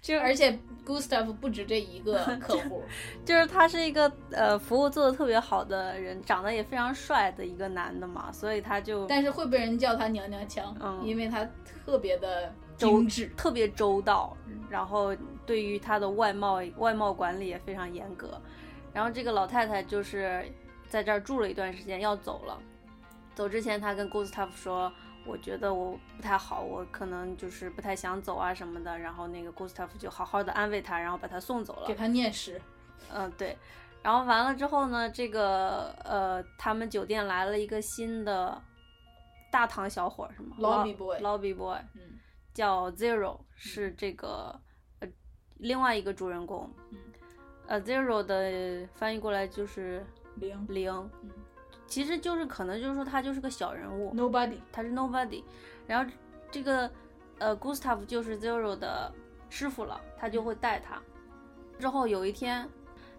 B: 就而且 Gustav 不止这一
A: (laughs)
B: 个客户，
A: 就是他是一个呃服务做的特别好的人，长得也非常帅的一个男的嘛，所以他就
B: 但是会被人叫他娘娘腔，
A: 嗯
B: 因为他特别的
A: 周
B: 精致。
A: 特别周到
B: 嗯，
A: 然后对于他的外貌外貌管理也非常严格。然后这个老太太就是在这儿住了一段时间，要走了。走之前，她跟 Gustav 说：“我觉得我不太好，我可能就是不太想走啊什么的。”然后那个 Gustav 就好好的安慰她，然后把她送走了
B: 给。他念诗，
A: 嗯，对。然后完了之后呢，这个呃，他们酒店来了一个新的大堂小伙儿，是吗
B: Lobby
A: Lo-
B: boy
A: lobby boy，
B: 嗯，
A: 叫 Zero，是这个呃另外一个主人公
B: 嗯。
A: 呃，Zero 的翻译过来就是
B: 零
A: 零
B: 嗯，
A: 其实就是可能就是说他就是个小人物
B: nobody，
A: 他是 nobody。然后这个呃，Gustav 就是 Zero 的师傅了，他就会带他。之后有一天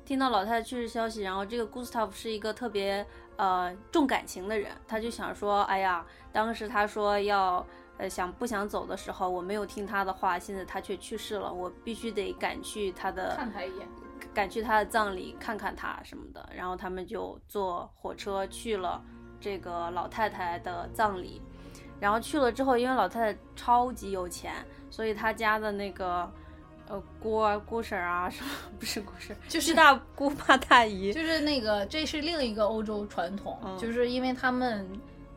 A: 听到老太太去世消息，然后这个 Gustav 是一个特别呃重感情的人，他就想说，哎呀，当时他说要。呃，想不想走的时候，我没有听他的话，现在他却去世了，我必须得赶去他的
B: 看他一眼，
A: 赶去他的葬礼看看他什么的。然后他们就坐火车去了这个老太太的葬礼。然后去了之后，因为老太太超级有钱，所以她家的那个呃姑啊姑婶儿啊什么不是姑婶儿，
B: 就是
A: 大姑八大姨，
B: 就是那个，这是另一个欧洲传统，
A: 嗯
B: 就是因为他们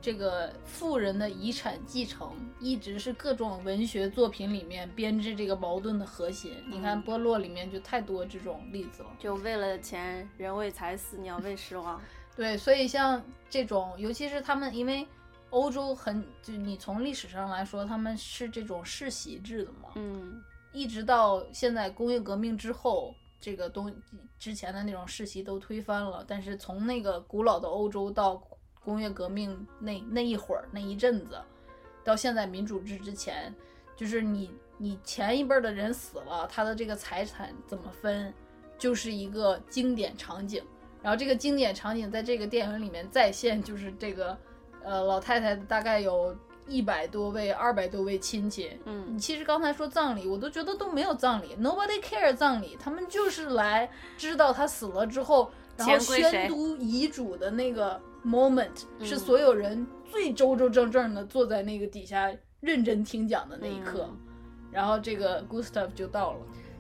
B: 这个富人的遗产继承一直是各种文学作品里面编织这个矛盾的核心。你
A: 嗯
B: 看波洛里面就太多这种例子了。
A: 就为了钱，人为财死，鸟为食亡。
B: 对，所以像这种，尤其是他们，因为欧洲很，就你从历史上来说，他们是这种世袭制的嘛，
A: 嗯
B: 一直到现在工业革命之后，这个东之前的那种世袭都推翻了。但是从那个古老的欧洲到工业革命那那一会儿那一阵子，到现在民主制之前，就是你你前一辈儿的人死了，他的这个财产怎么分，就是一个经典场景。然后这个经典场景在这个电影里面再现，就是这个呃老太太大概有一百多位、二百多位亲戚，
A: 嗯
B: 你其实刚才说葬礼，我都觉得都没有葬礼，nobody care 葬礼，他们就是来知道他死了之后，然后
A: 钱归谁
B: 宣读遗嘱的那个 moment，、
A: 嗯
B: 是所有人最周周正正的坐在那个底下认真听讲的那一刻，
A: 嗯
B: 然后这个 Gustav 就到了，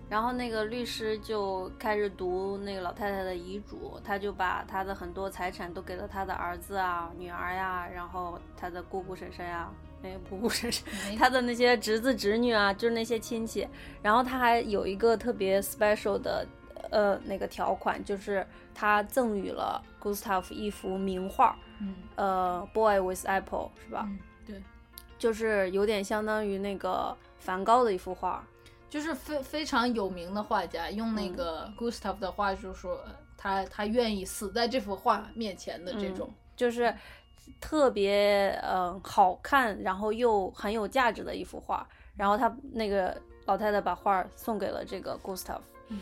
A: 然后那个律师就开始读那个老太太的遗嘱，他就把他的很多财产都给了他的儿子啊、女儿呀、然后他的姑姑婶婶呀、哎，姑姑婶婶，
B: 没
A: 他的那些侄子侄女啊，就是那些亲戚。然后他还有一个特别 special 的呃那个条款，就是他赠予了 Gustav 一幅名画，
B: 嗯
A: 呃，Boy with Apple 是吧？
B: 嗯，对，
A: 就是有点相当于那个梵高的一幅画，
B: 就是非非常有名的画家，用那个
A: 嗯
B: Gustav 的话就说呃他他愿意死在这幅画面前的这
A: 嗯
B: 种，
A: 就是特别呃好看，然后又很有价值的一幅画。然后他那个老太太把画儿送给了这个 Gustav，、
B: 嗯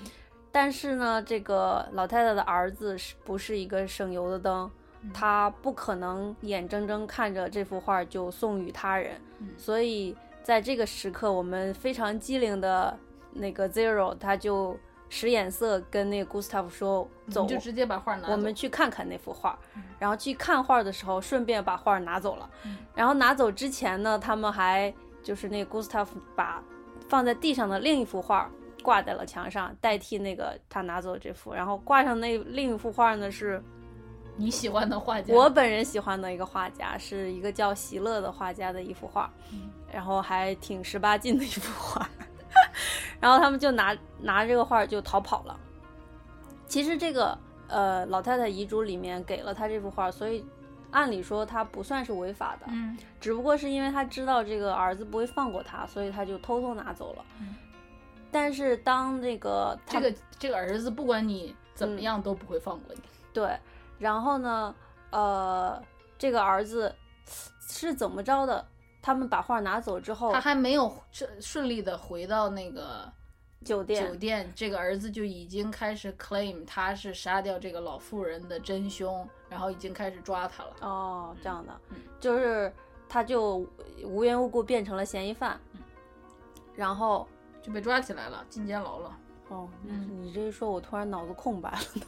A: 但是呢，这个老太太的儿子是不是一个省油的灯？
B: 嗯
A: 他不可能眼睁睁看着这幅画儿就送与他人，
B: 嗯
A: 所以在这个时刻，我们非常机灵的那个 Zero 他就使眼色跟那个 Gustav 说：“
B: 你
A: 走，
B: 嗯就直接把画拿走，
A: 我们去看看那幅画
B: 嗯，
A: 然后去看画的时候，顺便把画拿走了
B: 嗯。
A: 然后拿走之前呢，他们还就是那个 Gustav 把放在地上的另一幅画挂在了墙上，代替那个他拿走这幅。然后挂上那另一幅画呢，是
B: 你喜欢的画家，
A: 我本人喜欢的一个画家，是一个叫席勒的画家的一幅画，
B: 嗯
A: 然后还挺十八禁的一幅画。 (laughs) 然后他们就拿拿这个画就逃跑了。其实这个呃老太太遗嘱里面给了他这幅画，所以按理说他不算是违法的，
B: 嗯，
A: 只不过是因为他知道这个儿子不会放过他，所以他就偷偷拿走了。
B: 嗯
A: 但是当那个他
B: 这个这个儿子不管你怎
A: 嗯
B: 么样都不会放过你。
A: 对，然后呢，呃，这个儿子是怎么着的？他们把画拿走之后
B: 他，还没有顺顺利的回到那个
A: 酒店
B: 酒店，这个儿子就已经开始 claim 他是杀掉这个老妇人的真凶，然后已经开始抓他了。
A: 哦，这样的
B: 嗯，
A: 就是他就无缘无故变成了嫌疑犯，
B: 嗯
A: 然后
B: 就被抓起来了，进监牢了。
A: 哦，
B: 嗯
A: 你这一说，我突然脑子空白了都。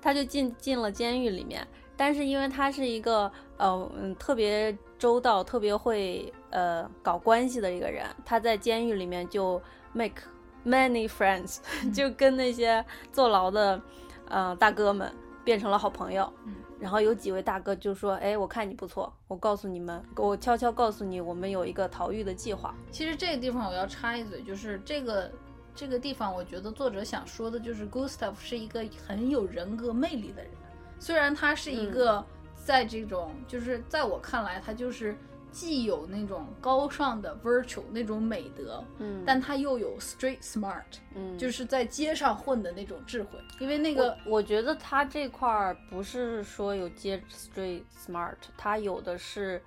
A: 他就进进了监狱里面，但是因为他是一个呃嗯特别周到、特别会呃搞关系的一个人，他在监狱里面就 make many friends，、就
B: 嗯
A: 跟那些坐牢的呃大哥们变成了好朋友。
B: 嗯
A: 然后有几位大哥就说：“哎，我看你不错，我告诉你们，我悄悄告诉你，我们有一个逃狱的计划。
B: 其实这个地方我要插一嘴，就是这个这个地方，我觉得作者想说的就是 Gustav 是一个很有人格魅力的人，虽然他是
A: 嗯
B: 一个在这种、就是在我看来，他就是既有那种高尚的 virtue 那种美德，
A: 嗯
B: 但他又有 street smart，
A: 嗯，
B: 就是在街上混的那种智慧，因为那个
A: 我我觉得他这块儿不是说有接 straight smart，他有的是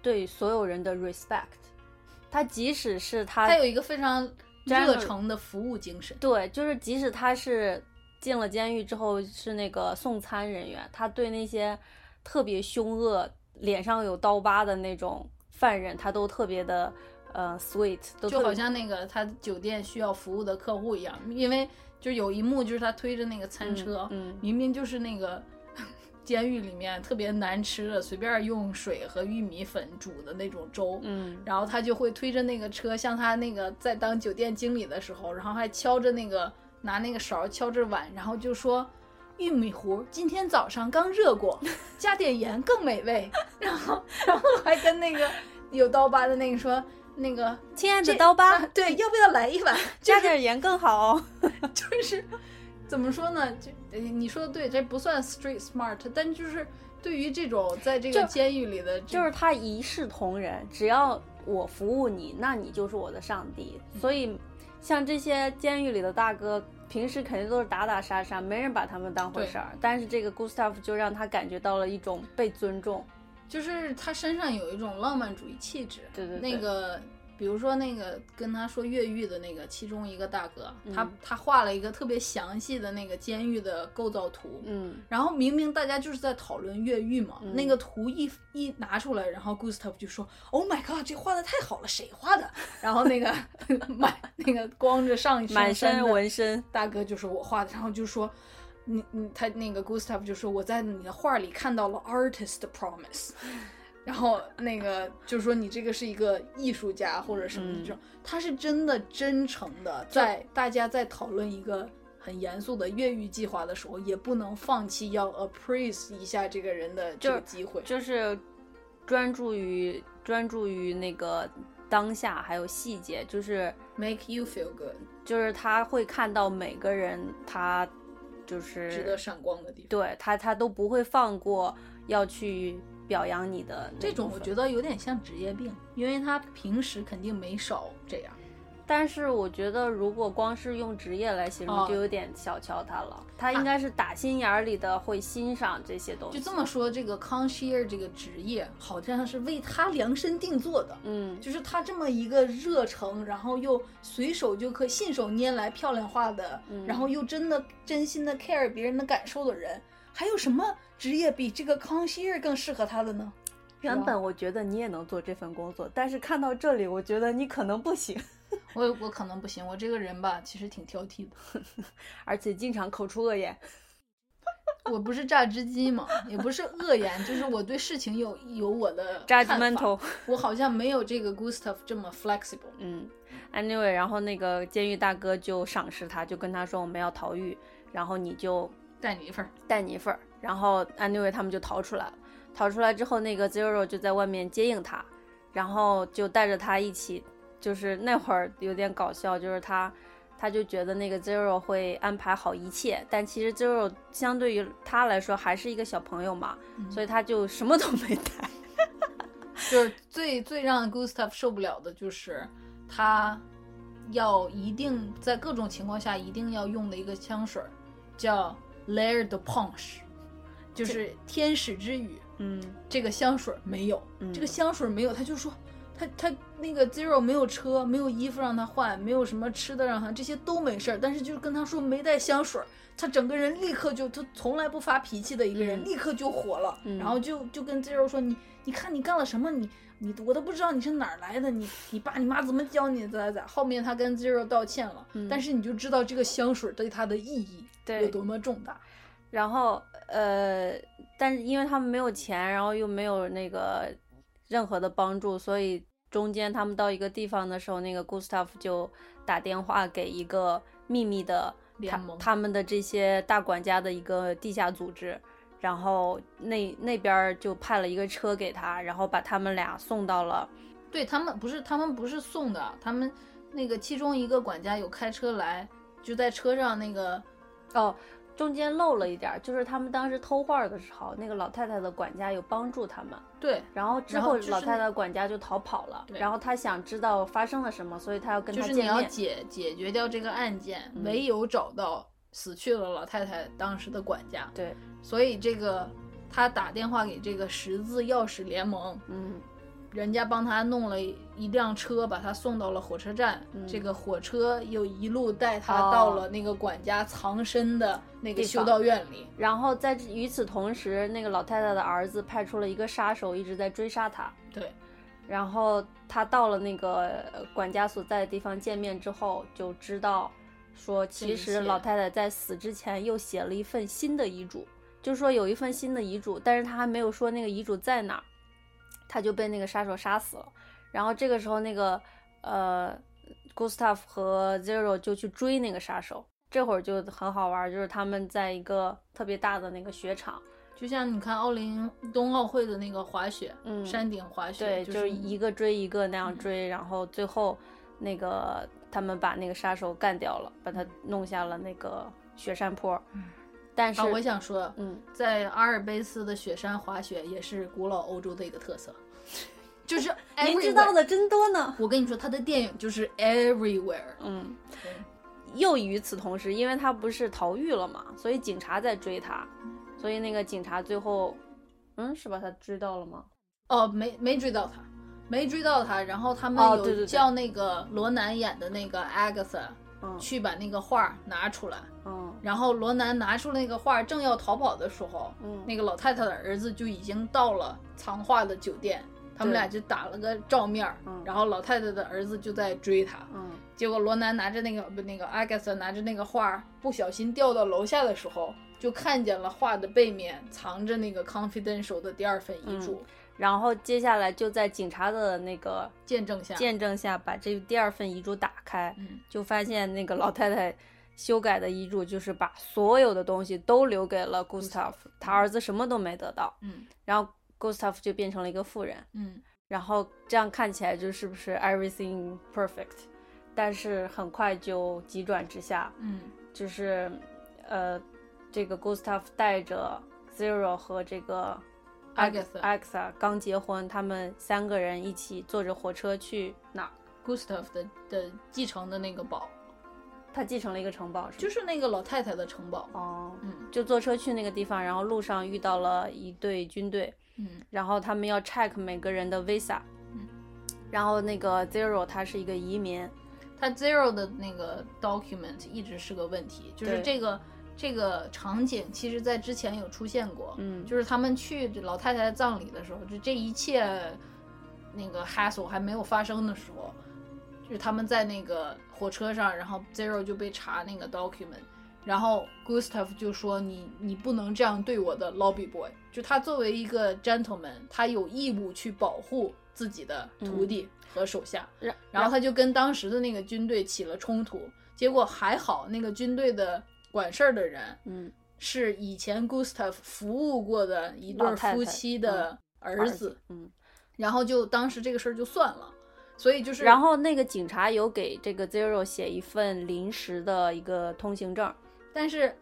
A: 对所有人的 respect。他即使是他，
B: 他有一个非常
A: 真的
B: 热诚的服务精神。
A: 对，就是即使他是进了监狱之后是那个送餐人员，他对那些特别凶恶、脸上有刀疤的那种犯人，他都特别的呃 sweet，都特
B: 就
A: 别
B: 好像那个他酒店需要服务的客户一样，因为就有一幕就是他推着那个餐车，
A: 嗯嗯
B: 明明就是那个 (laughs) 监狱里面特别难吃的，随便用水和玉米粉煮的那种粥，
A: 嗯
B: 然后他就会推着那个车，像他那个在当酒店经理的时候，然后还敲着那个拿那个勺敲着碗，然后就说。玉米糊今天早上刚热
A: (laughs)
B: 过，加点盐更美味。 (laughs) 然后，然后还跟那个有刀疤的那个说，那个
A: 亲爱
B: (laughs)
A: 的
B: 这
A: 刀疤
B: 啊，对，要不要来一碗？
A: 加点盐更好哦。
B: 就是怎么说呢？就呃你说的对，这不算 street smart，但就是对于这种在这个
A: 就
B: 监狱里的这，
A: 就是他一视同仁，只要我服务你，那你就是我的上帝。所以，像这些监狱里的大哥，平时肯定都是打打杀杀，没人把他们当回事儿。但是这个 Gustav 就让他感觉到了一种被尊重。
B: 就是他身上有一种浪漫主义气质。
A: 对对对
B: 那个。比如说那个跟他说越狱的那个其中一个大哥，
A: 嗯
B: 他他画了一个特别详细的那个监狱的构造图，
A: 嗯，
B: 然后明明大家就是在讨论越狱嘛，
A: 嗯
B: 那个图一一拿出来，然后 Gustav 就说：“Oh my god，这画的太好了，谁画的？”然后那个 (laughs) 满那个光着上
A: 满
B: 身
A: 身
B: 的
A: 纹身，
B: 大哥就说我画的，然后就说。你你他那个 Gustav 就说我在你的画里看到了 artist
A: (laughs)
B: promise，然后那个就说你这个是一个艺术家或者什么这种，
A: 嗯
B: 他是真的真诚的，在大家在讨论一个很严肃的越狱计划的时候，也不能放弃要 appraise 一下这个人的这个机会。
A: 就是专注于专注于那个当下，还有细节，就是。
B: Make you feel good，
A: 就是他会看到每个人，他就是
B: 值得闪光的地方。
A: 对他，他都不会放过要去表扬你的那
B: 这种
A: 部
B: 我
A: 分
B: 觉得有点像职业病，因为他平时肯定没少这样。
A: 但是我觉得如果光是用职业来形
B: 哦
A: 容，就有点小瞧他了。他应该是打心眼儿里的会欣赏这些东西。
B: 就这么，说，这个 concierge 这个职业好像是为他量身定做的，
A: 嗯，
B: 就是他这么一个热诚，然后又随手就可以信手拈来漂亮话的，
A: 嗯
B: 然后又真的真心的 care 别人的感受的人，还有什么职业比这个 concierge 更适合他的呢？
A: 原本我觉得你也能做这份工作，但是看到这里，我觉得你可能不行， (laughs)
B: 我我可能不行，我这个人吧，其实挺挑剔的。
A: 而且经常口出恶言。
B: 我不是榨汁机嘛，也不是恶言，就是我对事情有有我的
A: 炸鸡
B: 看
A: 馒
B: 法
A: 头。
B: 我好像没有这个 Gustav 这么 flexible。
A: 嗯，anyway，然后那个监狱大哥就赏识他，就跟他说我们要逃狱，然后你就
B: 带你一份儿，
A: 带你一份儿。然后 anyway 他们就逃出来了，逃出来之后，那个 Zero 就在外面接应他，然后就带着他一起，就是那会儿有点搞笑，就是他。他就觉得那个 Zero 会安排好一切，但其实 Zero 相对于他来说还是一个小朋友嘛，
B: 嗯
A: 所以他就什么都没带。 (laughs)
B: 就是最最让 Gustav 受不了的就是他要一定在各种情况下一定要用的一个香水儿，叫 Lair de Ponche，就是天使之雨。
A: 嗯
B: 这个香水儿没有，
A: 嗯
B: 这个香水儿没有，他就说他他那个 Zero 没有车，没有衣服让他换，没有什么吃的让他，这些都没事儿，但是就是跟他说没带香水儿，他整个人立刻就他从来不发脾气的一个人，
A: 嗯
B: 立刻就火了，
A: 嗯
B: 然后就就跟 Zero 说你你看你干了什么你。你我都不知道你是哪儿来的，你你爸你妈怎么教你的咋咋咋？后面他跟 Zero 道歉了，
A: 嗯
B: 但是你就知道这个香水儿对他的意义
A: 对
B: 有多么重大。
A: 然后呃，但是因为他们没有钱，然后又没有那个任何的帮助，所以中间他们到一个地方的时候，那个 Gustav 就打电话给一个秘密的
B: 联
A: 他
B: 盟
A: 他们的这些大管家的一个地下组织。然后那那边儿就派了一个车给他，然后把他们俩送到了，
B: 对他们不是，他们不是送的，他们那个其中一个管家有开车来，就在车上那个
A: 哦，中间漏了一点儿，就是他们当时偷画儿的时候，那个老太太的管家有帮助他们，
B: 对，
A: 然后之
B: 然后
A: 后
B: 就是
A: 老
B: 那
A: 太太管家就逃跑了，
B: 对
A: 然后他想知道发生了什么，所以他要跟
B: 就
A: 他
B: 是
A: 见
B: 你要
A: 面。
B: 解解决掉这个案件，
A: 嗯
B: 唯有找到死去了老太太当时的管家，
A: 对，
B: 所以这个他打电话给这个十字钥匙联盟，
A: 嗯
B: 人家帮他弄了一辆车，把他送到了火车站。
A: 嗯
B: 这个火车又一路带他
A: 哦
B: 到了那个管家藏身的那个
A: 地
B: 修
A: 方
B: 道院里。
A: 然后在这与此同时，那个老太太的儿子派出了一个杀手，一直在追杀他。
B: 对，
A: 然后他到了那个呃管家所在的地方见面之后，就知道说，其
B: 这
A: 实
B: 一切
A: 老太太在死之前又写了一份新的遗嘱，就说有一份新的遗嘱，但是他还没有说那个遗嘱在哪儿，他就被那个杀手杀死了。然后这个时候，那个呃，Gustav 和 Zero 就去追那个杀手。这会儿就很好玩儿，就是他们在一个特别大的那个雪场，
B: 就像你看奥林冬奥会的那个滑雪，
A: 嗯
B: 山顶滑雪，
A: 对，
B: 就
A: 就是一个追一个那样
B: 嗯
A: 追，然后最后那个他们把那个杀手干掉了，把他弄下了那个雪山坡。
B: 嗯
A: 但是，
B: 啊，我想说，
A: 嗯，
B: 在阿尔卑斯的雪山滑雪也是古老欧洲的一个特
A: (laughs)
B: 色，就是
A: 哎您
B: everywhere
A: 知道的。真多呢。
B: 我跟你说，他的电影就是 everywhere，
A: 嗯，又与此同时，因为他不是逃狱了嘛，所以警察在追他，
B: 嗯
A: 所以那个警察最后，嗯，是把他追到了吗？
B: 哦，没没追到他，没追到他。然后他们
A: 哦对对
B: 有
A: 对
B: 叫那个罗南演的那个 Agatha
A: 嗯
B: 去把那个画拿出来，
A: 嗯
B: 然后罗南拿出那个画，正要逃跑的时候，
A: 嗯，
B: 那个老太太的儿子就已经到了藏化的酒店，他们俩就打了个照面儿
A: 嗯，
B: 然后老太太的儿子就在追他，
A: 嗯
B: 结果罗南拿着那个不那个阿盖斯拿着那个画儿，不小心掉到楼下的时候，就看见了画的背面藏着那个 confidential 的第二份遗嘱，
A: 嗯然后接下来就在警察的那个
B: 见证下，
A: 见证下，把这第二份遗嘱打开，
B: 嗯，
A: 就发现那个老太太修改的遗嘱就是把所有的东西都留给了 Gustav，他儿子什么都没得到，
B: 嗯
A: 然后 Gustav 就变成了一个富人，
B: 嗯，
A: 然后这样看起来就是不是 everything perfect，但是很快就急转直下，
B: 嗯，
A: 就是呃，这个 Gustav 带着 Zero 和这个
B: Agatha
A: Agatha 刚结婚，他们三个人一起坐着火车去哪儿？
B: Gustav 的的继承的那个堡，
A: 他继承了一个城堡，是吗
B: 就是那个老太太的城堡，
A: 哦，
B: 嗯
A: 就坐车去那个地方，然后路上遇到了一队军队，
B: 嗯
A: 然后他们要 check 每个人的 visa，
B: 嗯
A: 然后那个 Zero 他是一个移民，
B: 他 Zero 的那个 document 一直是个问题，就是
A: 对
B: 这个这个场景，其实在之前有出现过，
A: 嗯
B: 就是他们去老太太的葬礼的时候，就这一切那个 hassle 还没有发生的时候，就是他们在那个火车上，然后 Zero 就被查那个 document，然后 Gustav 就说你你不能这样对我的 lobby boy，就他作为一个 gentleman，他有义务去保护自己的徒弟和手下。
D: 嗯然
B: 然后他就跟当时的那个军队起了冲突，结果还好那个军队的管事儿的人
D: 嗯
B: 是以前 Gustav 服务过的一对
D: 老
B: 儿
D: 太太
B: 夫妻的儿子，
D: 儿子嗯，
B: 然后就当时这个事儿就算了。所以就是，
D: 然后那个警察有给这个 Zero 写一份临时的一个通行证，
B: 但是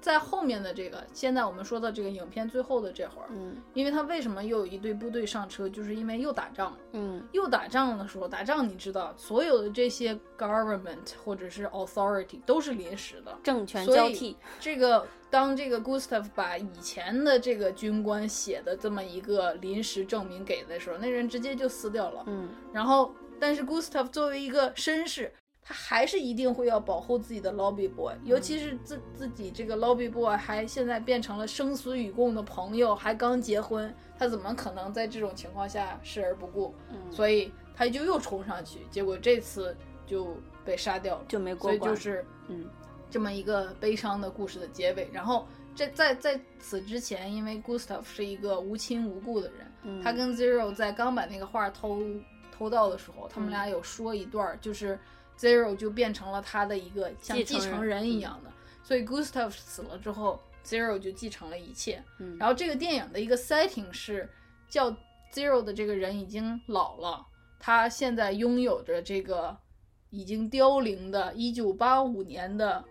B: 在后面的这个，现在我们说到这个影片最后的这会儿，
D: 嗯
B: 因为他为什么又有一队部队上车，就是因为又打仗了。
D: 嗯
B: 又打仗的时候，打仗你知道，所有的这些 government 或者是 authority 都是临时的，
D: 政权
B: 所以
D: 交替，
B: 这个当这个 Gustav 把以前的这个军官写的这么一个临时证明给的时候，那人直接就撕掉了。
D: 嗯
B: 然后，但是 Gustav 作为一个绅士，他还是一定会要保护自己的 lobby boy，尤其是自自己这个 lobby boy 还现在变成了生死与共的朋友，还刚结婚，他怎么可能在这种情况下视而不顾？
D: 嗯，
B: 所以他就又冲上去，结果这次就被杀掉了。
D: 就没过
B: 所以
D: 关，
B: 就是
D: 嗯
B: 这么一个悲伤的故事的结尾。然后这在在此之前，因为 Gustav 是一个无亲无故的人，
D: 嗯
B: 他跟 Zero 在刚把那个画偷偷到的时候，
D: 嗯
B: 他们俩有说一段儿，就是 Zero 就变成了他的一个像
D: 继
B: 继
D: 承人嗯
B: 承人一样的，所以 Gustav 死了之后，Zero 就继承了一切。
D: 嗯
B: 然后这个电影的一个 setting 是叫 Zero 的这个人已经老了，他现在拥有着这个已经凋零的1985年的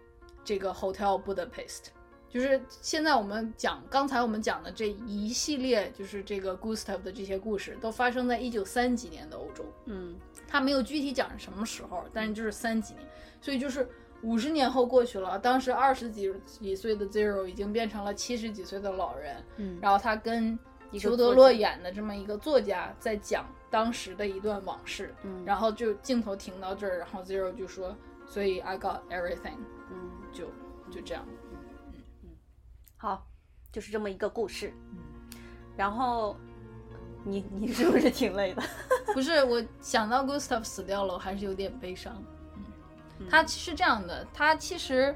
B: 这个 Hotel Budapest。就是现在我们讲，刚才我们讲的这一系列，就是这个 Gustav 的这些故事，都发生在一九三几年的欧洲。
D: 嗯
B: 他没有具体讲是什么时候，但是就是三几年，所以就是五十年后过去了。当时二十几几岁的 Zero 已经变成了七十几岁的老人，
D: 嗯，
B: 然后他跟
D: 一个
B: 裘
D: 作
B: 德
D: 家
B: 洛演的这么一个作家在讲当时的一段往事，
D: 嗯
B: 然后就镜头停到这儿，然后 Zero 就说：“所以 I got everything。
D: 嗯。
B: 就”就这样。
D: 好，就是这么一个故事。
B: 嗯
D: 然后你你是不是挺累的？
B: (laughs) 不是，我想到 Gustav 死掉了，我还是有点悲伤。
D: 嗯
B: 他是这样的，他其实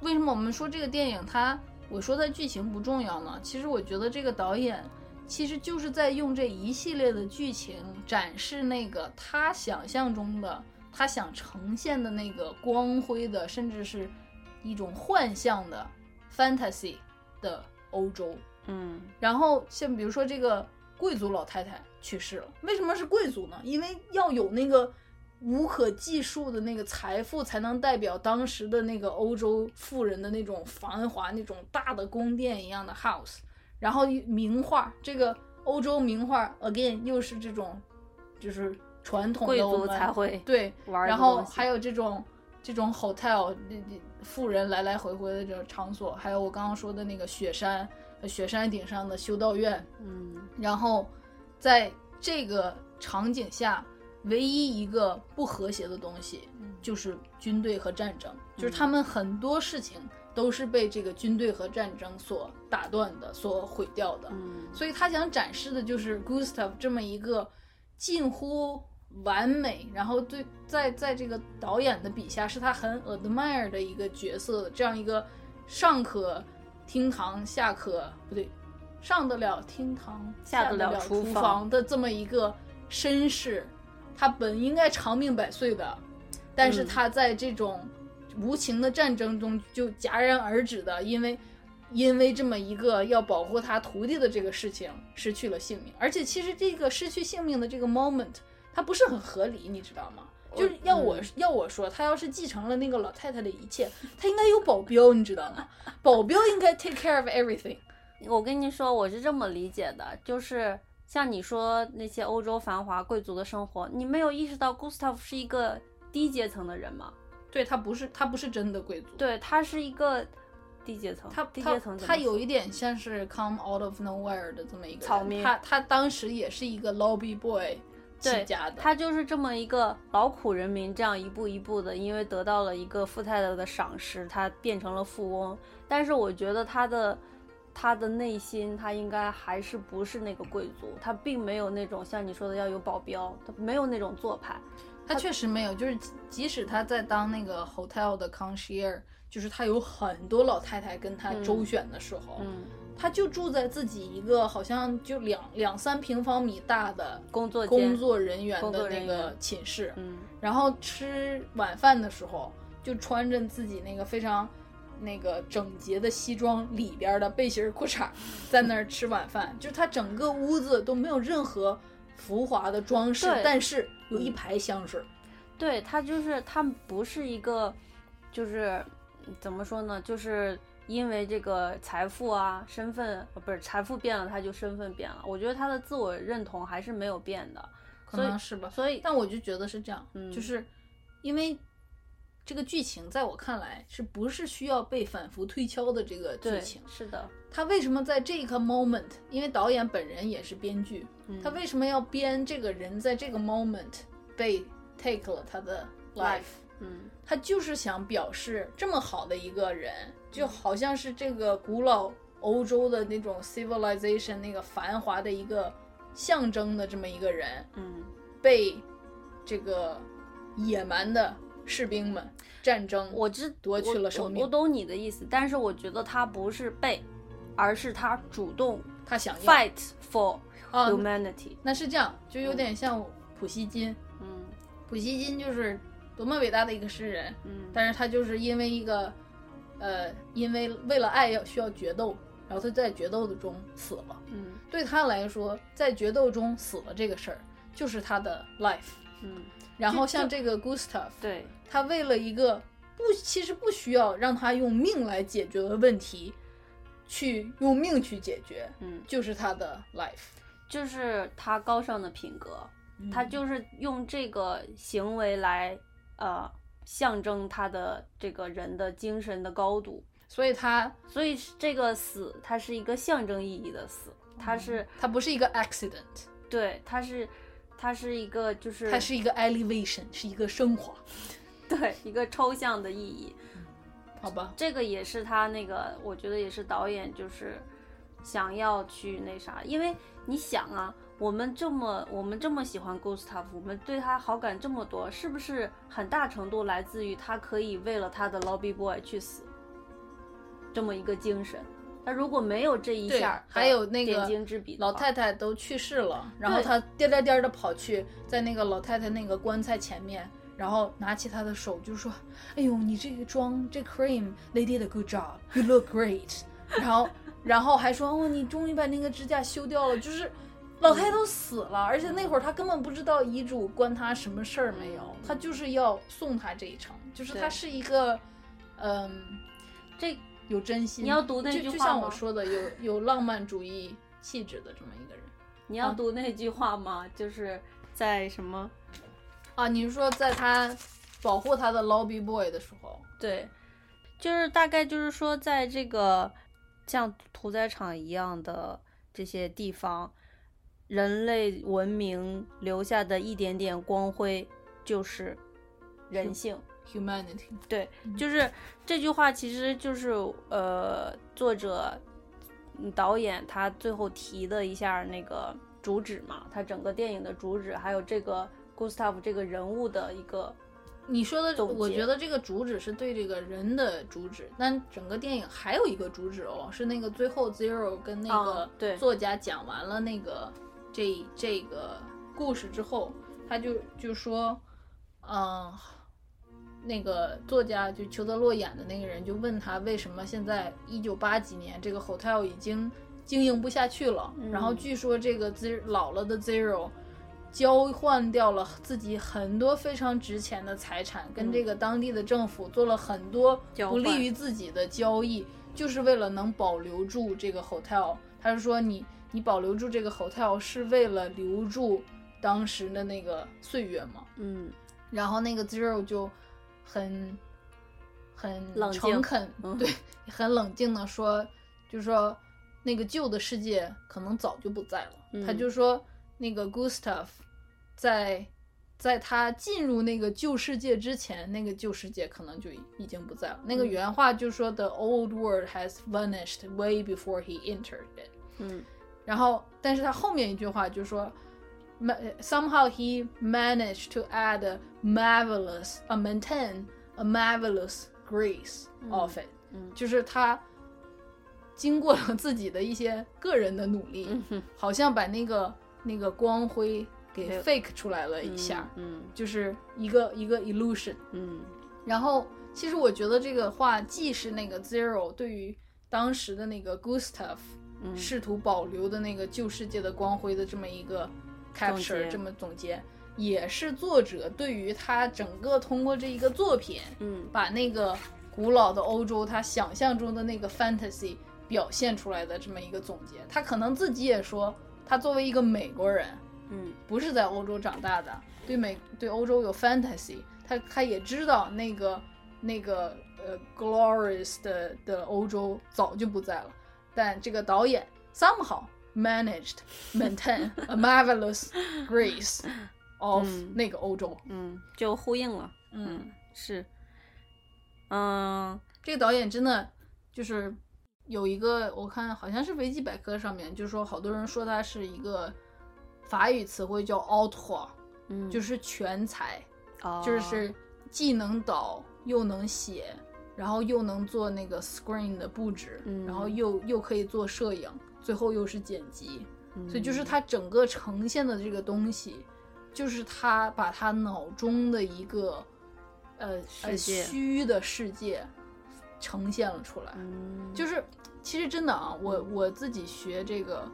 B: 为什么我们说这个电影它，我说它剧情不重要呢？其实我觉得这个导演其实就是在用这一系列的剧情展示那个他想象中的、他想呈现的那个光辉的，甚至是一种幻象的 fantasy 的欧洲。
D: 嗯
B: 然后像比如说这个贵族老太太去世了，为什么是贵族呢？因为要有那个无可计数的那个财富，才能代表当时的那个欧洲富人的那种繁华、那种大的宫殿一样的 house。然后名画，这个欧洲名画 again 又是这种，就是传统
D: 贵
B: 的我
D: 族
B: 们
D: 才会
B: 对
D: 玩儿的
B: 然后
D: 东西
B: 还有这种这种 hotel，这这富人来来回回的这种场所，还有我刚刚说的那个雪山，呃雪山顶上的修道院，
D: 嗯
B: 然后在这个场景下，唯一一个不和谐的东西
D: 嗯
B: 就是军队和战争，就是他们很多事情都是被这个军队和战争所打断的，所毁掉的。
D: 嗯
B: 所以他想展示的就是 Gustav 这么一个近乎完美，然后对在在这个导演的笔下是他很 admire 的一个角色，这样一个上可厅堂，下可不对，上得了厅堂，
D: 下
B: 下
D: 得
B: 得
D: 了
B: 了
D: 厨
B: 厨
D: 房
B: 房的这么一个绅士，他本应该长命百岁的，但是
D: 嗯
B: 他在这种无情的战争中就戛然而止的，因为因为这么一个要保护他徒弟的这个事情失去了性命，而且其实这个失去性命的这个 moment，它不是很合理，你知道吗？就是要我、
D: 嗯
B: 要我说，他要是继承了那个老太太的一切，他应该有保镖，你知道吗？ (laughs) 保镖应该 take care of everything。
D: 我跟你说，我是这么理解的，就是像你说那些欧洲繁华贵族的生活，你没有意识到 Gustav 是一个低阶层的人吗？
B: 对他不是他不是真的贵族，
D: 对他是一个低阶层，
B: 他
D: 低
B: 他
D: 阶层怎么
B: 他有
D: 说
B: 一点像是 come out of nowhere 的这么一个人
D: 草民
B: 他他当时也是一个 lobby boy
D: 对
B: 起家的，
D: 他就是这么一个劳苦人民，这样一步一步的，因为得到了一个富太太的赏识，他变成了富翁。但是我觉得他的他的内心，他应该还是不是那个贵族，他并没有那种像你说的要有保镖，他没有那种做派，
B: 他确实没有，就是即即使他在当那个 hotel 的 concierge，就是他有很多老太太跟他周旋的时候，
A: 嗯，
B: 他就住在自己一个好像就两两三平方米大的
A: 工作间
B: 工作人员
A: 工作
B: 的
A: 人
B: 那
A: 员
B: 个寝室，
A: 嗯
B: 然后吃晚饭的时候就穿着自己那个非常那个整洁的西装里边的背心儿裤
A: (laughs)
B: 衩儿，在那儿吃晚饭，就是他整个屋子都没有任何浮华的装饰
A: 对，嗯
B: 但是有一排香水儿。
A: 对他就是他不是一个，就是怎么说呢？就是因为这个财富啊、身份呃不是财富变了，他就身份变了。我觉得他的自我认同还是没有变的，
B: 可能是吧。
A: 所以
B: 但我就觉得是这样，
A: 嗯
B: 就是因为这个剧情在我看来是不是需要被反复推敲的这个剧
A: 对
B: 情？
A: 是的，
B: 他为什么在这个 moment？因为导演本人也是编剧，
A: 嗯
B: 他为什么要编这个人在这个 moment 被 take 了他的 life？
A: 嗯
B: 他就是想表示这么好的一个人，
A: 嗯
B: 就好像是这个古老欧洲的那种 civilization 那个繁华的一个象征的这么一个人，
A: 嗯
B: 被这个野蛮的士兵们战争，
A: 我知
B: 夺去了生
A: 我
B: 命
A: 我我懂你的意思，但是我觉得他不是被，而是他主动
B: 他想要
A: fight for
B: 啊，
A: humanity。
B: 那是这样，就有点像普希金。
A: 嗯
B: 普希金就是多么伟大的一个诗人，
A: 嗯，
B: 但是他就是因为一个，呃，因为为了爱要需要决斗，然后他在决斗的中死了。
A: 嗯
B: 对他来说，在决斗中死了这个事儿就是他的 life。
A: 嗯，
B: 然后像这个 Gustav，
A: 对，
B: 他为了一个不其实不需要让他用命来解决的问题，去用命去解决，
A: 嗯，
B: 就是他的 life。
A: 就是他高尚的品格，
B: 嗯
A: 他就是用这个行为来呃象征他的这个人的精神的高度，
B: 所以他
A: 所以这个死它是一个象征意义的死，
B: 嗯
A: 它是
B: 他不是一个 accident，
A: 对，它是它是一个就是
B: 他是一个 elevation，是一个升华，
A: 对 (laughs) 一个抽象的意义，
B: 好吧？
A: 这个也是他那个，我觉得也是导演就是想要去那啥，因为你想啊，我们这么我们这么喜欢 Gustav，我们对他好感这么多，是不是很大程度来自于他可以为了他的 Lobby Boy 去死这么一个精神？他如果没有这一
B: 对
A: 下儿的
B: 还有那个
A: 点睛之笔的
B: 老
A: 话
B: 太太都去世了，然后他颠颠颠的跑去，在那个老太太那个棺材前面，然后拿起她的手就说：“哎呦，你这个妆，这 cream，they did a good job，you look great。”然后，然后还说：“哦，你终于把那个指甲修掉了。”就是老太太都死了，而且那会儿她根本不知道遗嘱关她什么事儿没有，她就是要送她这一程，就是
A: 对
B: 她是一个，嗯，
A: 这
B: 有真心。
A: 你要读那
B: 就
A: 句
B: 就
A: 话
B: 像
A: 吗
B: 我说的，有有浪漫主义气质的这么一个人。
A: 你
B: 嗯
A: 要读那句话吗？就是在什么？
B: 啊，你是说在他保护他的 lobby boy 的时候，
A: 对，就是大概就是说，在这个像屠宰场一样的这些地方，人类文明留下的一点点光辉就是人性。
B: humanity
A: 对，
B: 嗯
A: 就是这句话，其实就是呃，作者嗯导演他最后提的一下那个主旨嘛，他整个电影的主旨，还有这个 Gustav 这个人物的一个
B: 你说的，
A: 总结
B: 我觉得这个主旨是对这个人的主旨，但整个电影还有一个主旨哦，是那个最后 Zero 跟那
A: 啊
B: 个
A: 对
B: 作家讲完了那个、这这个故事之后，他就就说，嗯，那个作家就裘德洛演的那个人就问他为什么现在一九八几年这个 hotel 已经经营不下去了，
A: 嗯
B: 然后据说这个 Z 老了的 Zero。交换掉了自己很多非常值钱的财产，跟这个当地的政府做了很多
A: 嗯交
B: 不
A: 换
B: 利于自己的交易，就是为了能保留住这个 hotel。他是说你你保留住这个 hotel 是为了留住当时的那个岁月吗？
A: 嗯
B: 然后那个 Zero 就很很
A: 冷静
B: 诚恳，
A: 嗯
B: 对，很冷静的说，就说那个旧的世界可能早就不在了。
A: 嗯
B: 他就说那个 Gustav 在在他进入那个旧世界之前，那个旧世界可能就已已经不在了。那个
A: 嗯
B: 原话就说 The old world has vanished way before he entered it。
A: 嗯
B: 然后，但是他后面一句话就说 ma- somehow he managed to add a marvelous, a maintain a marvelous grace of it，、就是他经过了自己的一些个人的努力，好像把那个那个光辉给 fake 出来了一下，
D: 嗯
B: 就是一个一个 illusion。
D: 嗯
B: 然后，其实我觉得这个话既是那个 Zero 对于当时的那个 Gustav
D: 嗯
B: 试图保留的那个旧世界的光辉的这么一个
D: 总
B: capture，
D: 结
B: 这么总结，也是作者对于他整个通过这一个作品，
D: 嗯
B: 把那个古老的欧洲他想象中的那个 fantasy 表现出来的这么一个总结。他可能自己也说，他作为一个美国人，
D: 嗯
B: 不是在欧洲长大的，对美对欧洲有 fantasy，他他也知道那个那个呃 glorious 的的欧洲早就不在了，但这个导演 somehow managed maintain a marvelous grace of
D: 嗯
B: 那个欧洲。
D: 嗯，就呼应了，
B: 嗯，
D: 是，嗯
B: 这个导演真的就是有一个，我看好像是维基百科上面就说，好多人说他是一个法语词汇叫 auteur，
D: 嗯，
B: 就是全才。
D: 哦
B: 就是既能导又能写，然后又能做那个 screen 的布置，
D: 嗯
B: 然后又又可以做摄影，最后又是剪辑，所以就是
D: 嗯
B: 他整个呈现的这个东西，就是他把他脑中的一个呃呃
D: 世界
B: 虚的世界呈现了出来。
D: 嗯
B: 就是其实真的啊，我我自己学这个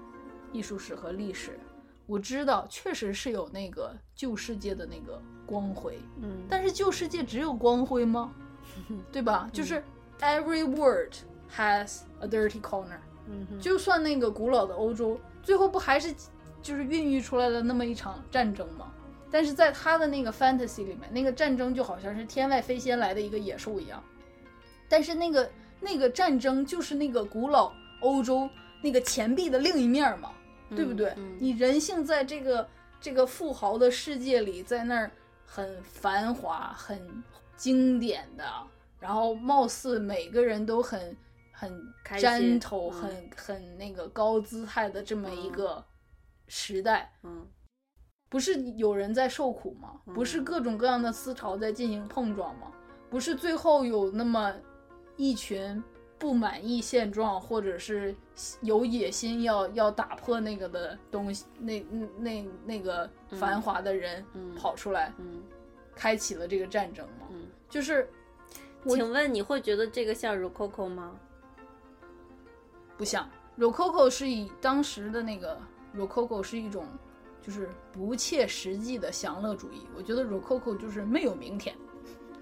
B: 艺术史和历史，我知道确实是有那个旧世界的那个光辉，
D: 嗯，
B: 但是旧世界只有光辉
D: (laughs)
B: 吗？对吧？
D: 嗯
B: 就是 every word has a dirty corner，
D: 嗯哼
B: 就算那个古老的欧洲，最后不还是就是孕育出来了那么一场战争吗？但是在他的那个 fantasy 里面，那个战争就好像是天外飞仙来的一个野兽一样，但是那个那个战争就是那个古老欧洲那个钱币的另一面嘛，对不对？
D: 嗯
B: 你人性在这个这个富豪的世界里，在那儿很繁华、很经典的，然后貌似每个人都很很
D: 开
B: 沾
D: 心
B: 头、
D: 嗯
B: 很很那个高姿态的这么一个时代，
D: 嗯
B: 不是有人在受苦吗？不是
D: 嗯
B: 各种各样的思潮在进行碰撞吗？不是最后有那么一群不满意现状，或者是有野心要要打破那个的东西，那那那个繁华的人
D: 嗯
B: 跑出来，
D: 嗯
B: 开启了这个战争吗？
D: 嗯，
B: 就是我
D: 请问你会觉得这个像 Rococo 吗？
B: 不像 Rococo 是以当时的那个 Rococo 是一种就是不切实际的享乐主义，我觉得 Rococo 就是没有明天。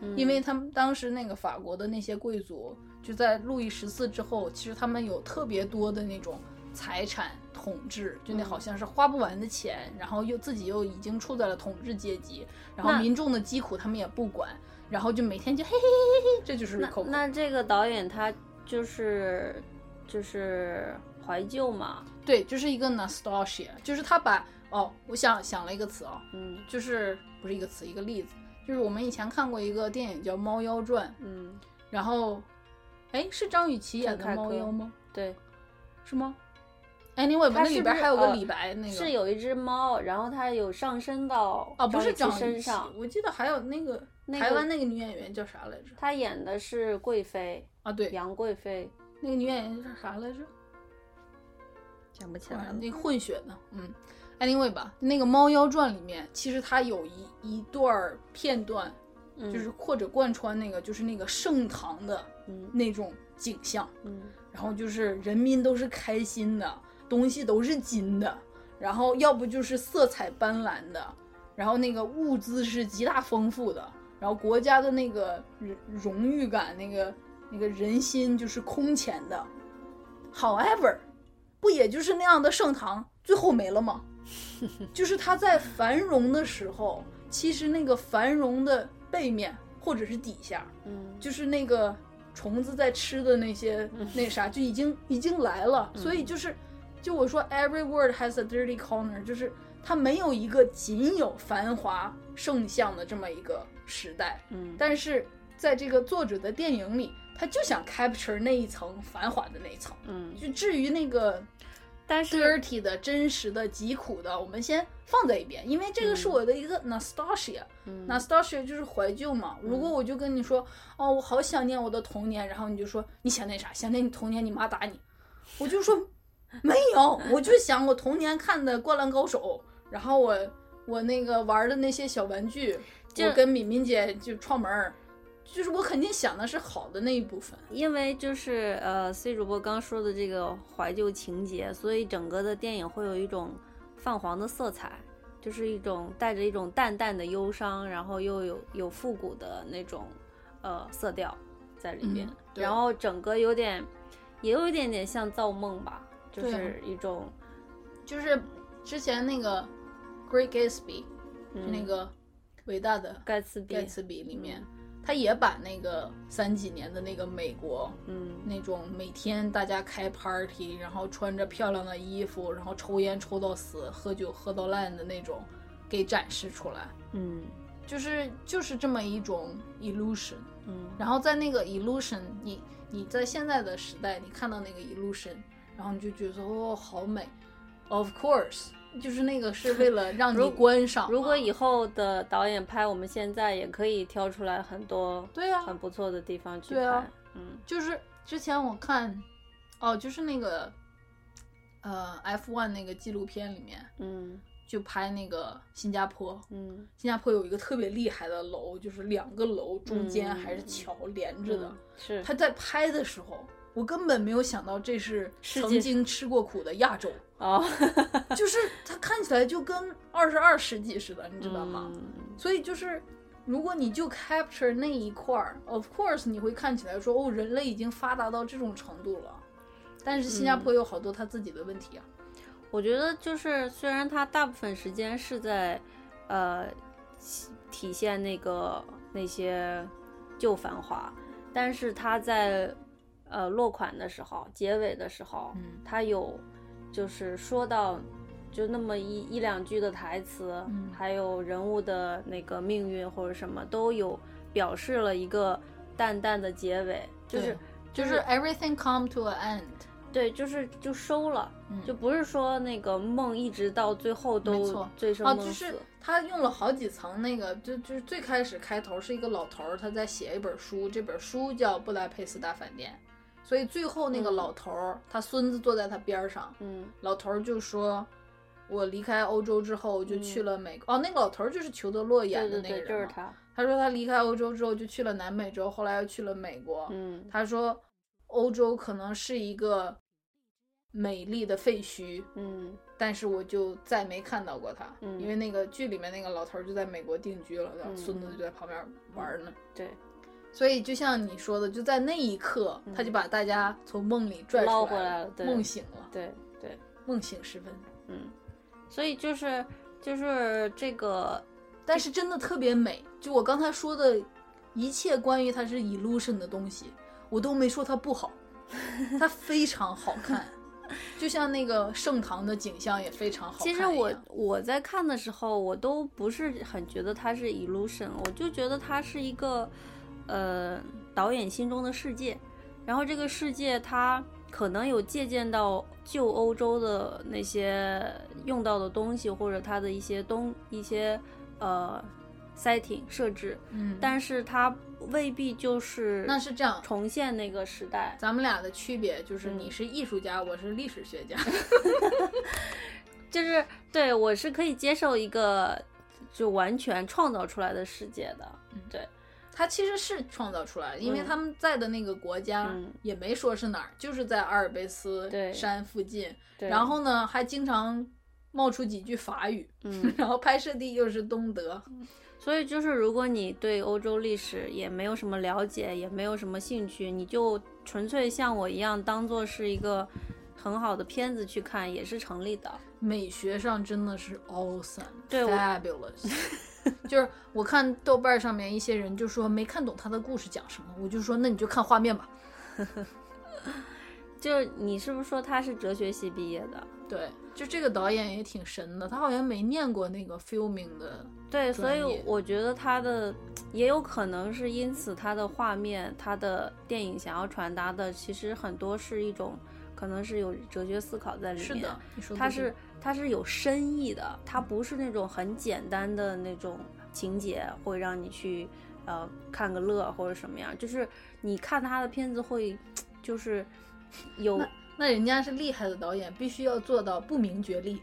D: 嗯
B: 因为他们当时那个法国的那些贵族，就在路易十四之后，其实他们有特别多的那种财产统治，
D: 嗯
B: 就那好像是花不完的钱，然后又自己又已经处在了统治阶级，然后
D: 那
B: 民众的疾苦他们也不管，然后就每天就嘿嘿嘿嘿嘿，这就是
D: 那
B: Rococo。
D: 那这个导演他就是就是怀旧嘛，
B: 对，就是一个 nostalgia，就是他把哦，我想想了一个词哦，
D: 嗯
B: 就是不是一个词，一个例子，就是我们以前看过一个电影叫《猫妖传》，
D: 嗯，
B: 然后，哎，是张雨绮演的
D: 郑恺
B: 猫
D: 柯
B: 妖吗？
D: 对，
B: 是吗？Anyway，
D: 他
B: 那
D: 是
B: 里边
D: 不是
B: 还有个
D: 呃
B: 李白那个
D: 是有一只猫，然后它有上升到
B: 哦，不是
D: 张雨绮
B: 张
D: 身
B: 雨绮
D: 上，
B: 我记得还有那个
D: 那
B: 台
D: 个
B: 湾那个女演员叫啥来着？
D: 他演的是贵妃，
B: 啊，对，
D: 杨贵妃，
B: 那个女演员叫啥来着？
D: 想不起
B: 哇那混血的，嗯，anyway 吧，那个《猫妖传》里面，其实它有一一段儿片段，
D: 嗯
B: 就是或者贯穿那个就是那个盛唐的
D: 嗯
B: 那种景象，
D: 嗯
B: 然后就是人民都是开心的，东西都是金的，然后要不就是色彩斑斓的，然后那个物资是极大丰富的，然后国家的那个荣荣誉感，那个那个人心就是空前的。However，不也就是那样的盛唐最后没了吗？ (laughs) 就是它在繁荣的时候，其实那个繁荣的背面或者是底下，
D: 嗯
B: 就是那个虫子在吃的那些那啥，就已经已经来了。所以就是，就我说，every word has a dirty corner，就是它没有一个仅有繁华盛象的这么一个时代。
D: 嗯，
B: 但是在这个作者的电影里，他就想 capture 那一层繁华的那一层。
D: 嗯
B: 就至于那个
A: 但是
B: dirty 的、真实的、疾苦的，我们先放在一边，因为这个是我的一个 nostalgia、nostalgia 就是怀旧嘛。如果我就跟你说，哦，我好想念我的童年，然后你就说你想念啥？想念你童年，你妈打你，我就 (laughs) 说没有，我就想我童年看的《灌篮高手》，然后我我那个玩的那些小玩具，
A: 就
B: 我跟敏敏姐就串门儿，就是我肯定想的是好的那一部分。
A: 因为就是呃，C 主播刚说的这个怀旧情节，所以整个的电影会有一种泛黄的色彩，就是一种带着一种淡淡的忧伤，然后又有有复古的那种呃色调在里面，
B: 嗯对
A: 然后整个有点也有一点点像造梦吧，就
B: 对啊
A: 是一种
B: 就是之前那个《Great Gatsby》，
A: 嗯
B: 那个伟大的
A: 盖茨比
B: 盖，茨比
A: 嗯
B: 里面，他也把那个三几年的那个美国
A: 嗯，
B: 那种每天大家开 party，然后穿着漂亮的衣服，然后抽烟抽到死，喝酒喝到烂的那种，给展示出来。
A: 嗯
B: 就是就是这么一种 illusion，
A: 嗯
B: 然后在那个 illusion，你你在现在的时代，你看到那个 illusion，然后你就觉得哦，好美，of course，就是那个是为了让你
A: 如
B: 观赏嘛。
A: 如果以后的导演拍，我们现在也可以挑出来很多
B: 对啊
A: 很不错的地方去
B: 对
A: 拍。
B: 啊
A: 嗯
B: 就是之前我看，哦，就是那个呃 F1 那个纪录片里面
A: 嗯
B: 就拍那个新加坡，
A: 嗯
B: 新加坡有一个特别厉害的楼，就是两个楼中间
A: 嗯
B: 还是桥连着的。
A: 嗯是
B: 他在拍的时候，我根本没有想到这是
A: 世
B: 曾
A: 界
B: 经吃过苦的亚洲，
A: 哦， (laughs)
B: 就是他看起来就跟二十二世纪似的，你知道吗？
A: 嗯
B: 所以就是。如果你就 capture 那一块儿，of course 你会看起来说哦，人类已经发达到这种程度了，但是新加坡有好多他自己的问题啊。
A: 我觉得就是虽然他大部分时间是在呃体现那个那些旧繁华，但是他在呃落款的时候、结尾的时候，
B: 嗯
A: 他有就是说到就那么一一两句的台词，
B: 嗯
A: 还有人物的那个命运或者什么都有表示了一个淡淡的结尾，就是
B: 就是 everything come to an end，
A: 对，就是就收了。
B: 嗯
A: 就不是说那个梦一直到最后
B: 没
A: 都
B: 错
A: 醉生
B: 哦，
A: 梦
B: 就
A: 死，
B: 是他用了好几层那个，就就是最开始开头是一个老头儿，他在写一本书，这本书叫《布达佩斯大饭店》，所以最后那个
A: 嗯
B: 老头儿、他孙子坐在他边儿上，
A: 嗯
B: 老头儿就说。我离开欧洲之后，就去了美国。哦，那个老头儿就是裘德洛演
A: 嗯对
B: 的
A: 对
B: 那个
A: 对，
B: 人
A: 就
B: 嘛
A: 是他，
B: 他说他离开欧洲之后，就去了南美洲，后来又去了美国。
A: 嗯
B: 他说，欧洲可能是一个美丽的废墟，
A: 嗯
B: 但是我就再没看到过他，
A: 嗯
B: 因为那个剧里面那个老头儿就在美国定居了，然后
A: 嗯
B: 孙子就在旁边玩儿呢。
A: 对，
B: 所以就像你说的，就在那一刻，
A: 嗯
B: 他就把大家从梦里拽出
A: 捞
B: 来
A: 回来了对
B: 梦醒了，
A: 对对，
B: 梦醒时分。
A: 嗯，所以就是就是这个，
B: 但是真的特别美，就我刚才说的一切关于它是 illusion 的东西，我都没说它不
A: (laughs)
B: 好，它非常好看。就像那个盛唐的景象也非常好看
A: 其
B: 一
A: 实
B: 样。
A: 我我在看的时候，我都不是很觉得它是 illusion，我就觉得它是一个呃导演心中的世界，然后这个世界它。可能有借鉴到旧欧洲的那些用到的东西，或者它的一些东一些呃 setting 设置，
B: 嗯，
A: 但是它未必就是
B: 那是这样，
A: 重现那个时代。
B: 咱们俩的区别就是
A: 嗯
B: 你是艺术家，我是历史
A: (laughs)
B: 学家。
A: 就是对我是可以接受一个就完全创造出来的世界的，
B: 他其实是创造出来的，因为
A: 嗯
B: 他们在的那个国家
A: 嗯
B: 也没说是哪儿，就是在阿尔卑斯
A: 对
B: 山附近。
A: 对，
B: 然后呢，还经常冒出几句法语， (laughs)
A: 嗯，
B: 然后拍摄地又是东德。
A: 所以就是如果你对欧洲历史也没有什么了解，也没有什么兴趣，你就纯粹像我一样当做是一个很好的片子去看，也是成立的。
B: 美学上真的是 awesome，
A: 对我 (laughs)
B: fabulous。就是我看豆瓣上面一些人就说没看懂他的故事讲什么，我就说那你就看画面吧。
A: 就是你是不是说他是哲学系毕业的？
B: 对，就这个导演也挺神的，他好像没念过那个 filming 的
A: 对，所以
B: 专业
A: 我觉得他的也有可能是因此他的画面，他的电影想要传达的，其实很多是一种可能是有哲学思考在里面。
B: 是的，你说的
A: 它
B: 对
A: 是它是有深意的，它不是那种很简单的那种情节，会让你去呃看个乐或者什么样。就是你看他的片子会，就是 (laughs) 有
B: 那人家是厉害的导演，必须要做到不明觉厉。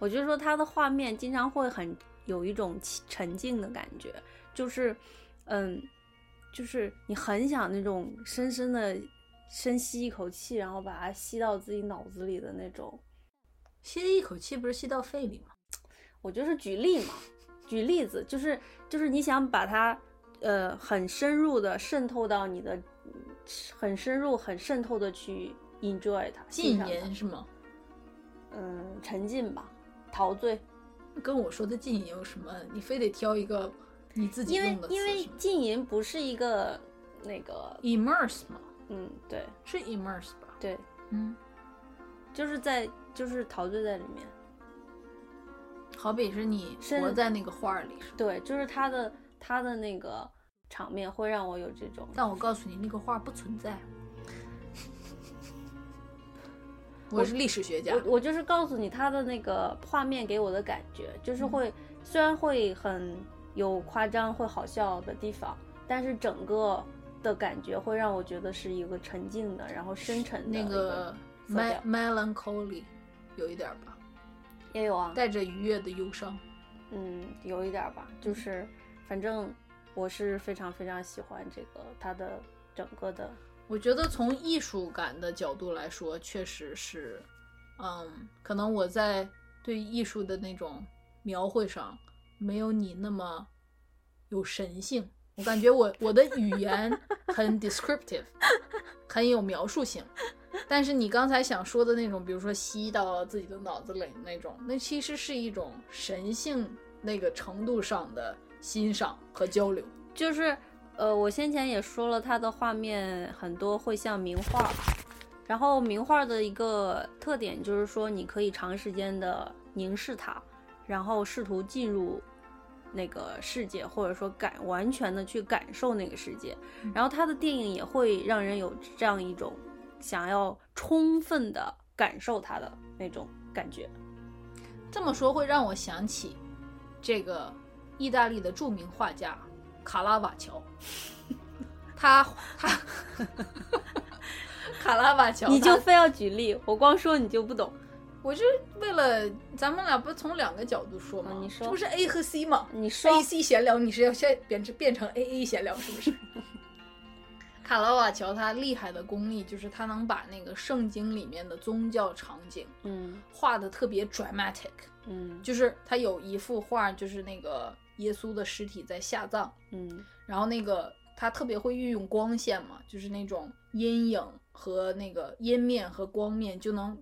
A: 我就说它的画面经常会很有一种起沉静的感觉，就是，嗯，就是你很想那种深深的深吸一口气，然后把它吸到自己脑子里的那种。
B: 吸了一口气，不是吸到肺里吗？
A: 我就是举例嘛，举例子，就是就是你想把它，呃，很深入的渗透到你的，很深入、很渗透的去 enjoy 它，欣
B: 禁
A: 赏它
B: 言，是吗？
A: 嗯，沉浸吧，陶醉。
B: 跟我说的禁言有什么？你非得挑一个你自己
A: 因为
B: 用的词
A: 因为
B: 是吗
A: 禁淫不是一个那个，
B: immerse 嘛，
A: 嗯，对
B: 是 immerse 吧？
A: 对，
B: 嗯，
A: 就是在就是陶醉在里面，
B: 好比是你
A: 是
B: 活在那个画儿里，是吧
A: 对，就是他的他的那个场面会让我有这种，
B: 但我告诉你，那个画儿不存在。我是历史学家，
A: 我我就是告诉你他的那个画面给我的感觉，就是
B: 嗯
A: 会、虽然会很有夸张会好笑的地方，但是整个的感觉会让我觉得是一个沉静的，然后深沉的
B: 那
A: 一
B: 个
A: 色调
B: me melancholy 有一点儿吧，
A: 也有啊，
B: 带着愉悦的忧伤。
A: 嗯，有一点儿吧，
B: 嗯
A: 就是反正我是非常非常喜欢这个它的整个的，
B: 我觉得从艺术感的角度来说，确实是，嗯，可能我在对艺术的那种描绘上，没有你那么有神性。我感觉我我的语言很 descriptive，很有描述性。但是你刚才想说的那种，比如说吸到自己的脑子里那种，那其实是一种神性那个程度上的欣赏和交流。
A: 就是呃，我先前也说了，它的画面很多会像名画儿，然后名画儿的一个特点就是说，你可以长时间的凝视它，然后试图进入。那个世界，或者说感完全的去感受那个世界，然后他的电影也会让人有这样一种想要充分的感受它的那种感觉。
B: 这么说会让我想起这个意大利的著名画家卡拉瓦
A: (laughs)
B: 乔，他他卡拉瓦乔，
A: 你就
B: 他
A: 非要举例，我光说你就不懂。
B: 我就为了咱们俩不从两个角度说吗？
A: 嗯你说
B: 这不是 A 和 C 吗？
A: 你说
B: A C 闲聊，你是要现在变成变成 A A 闲聊是不是？ (laughs) 卡拉瓦乔他厉害的功力就是他能把那个圣经里面的宗教场景
A: 嗯
B: 画的特别 dramatic，
A: 嗯
B: 就是他有一幅画，就是那个耶稣的尸体在下葬，
A: 嗯
B: 然后那个他特别会运用光线嘛，就是那种阴影和那个阴面和光面，就能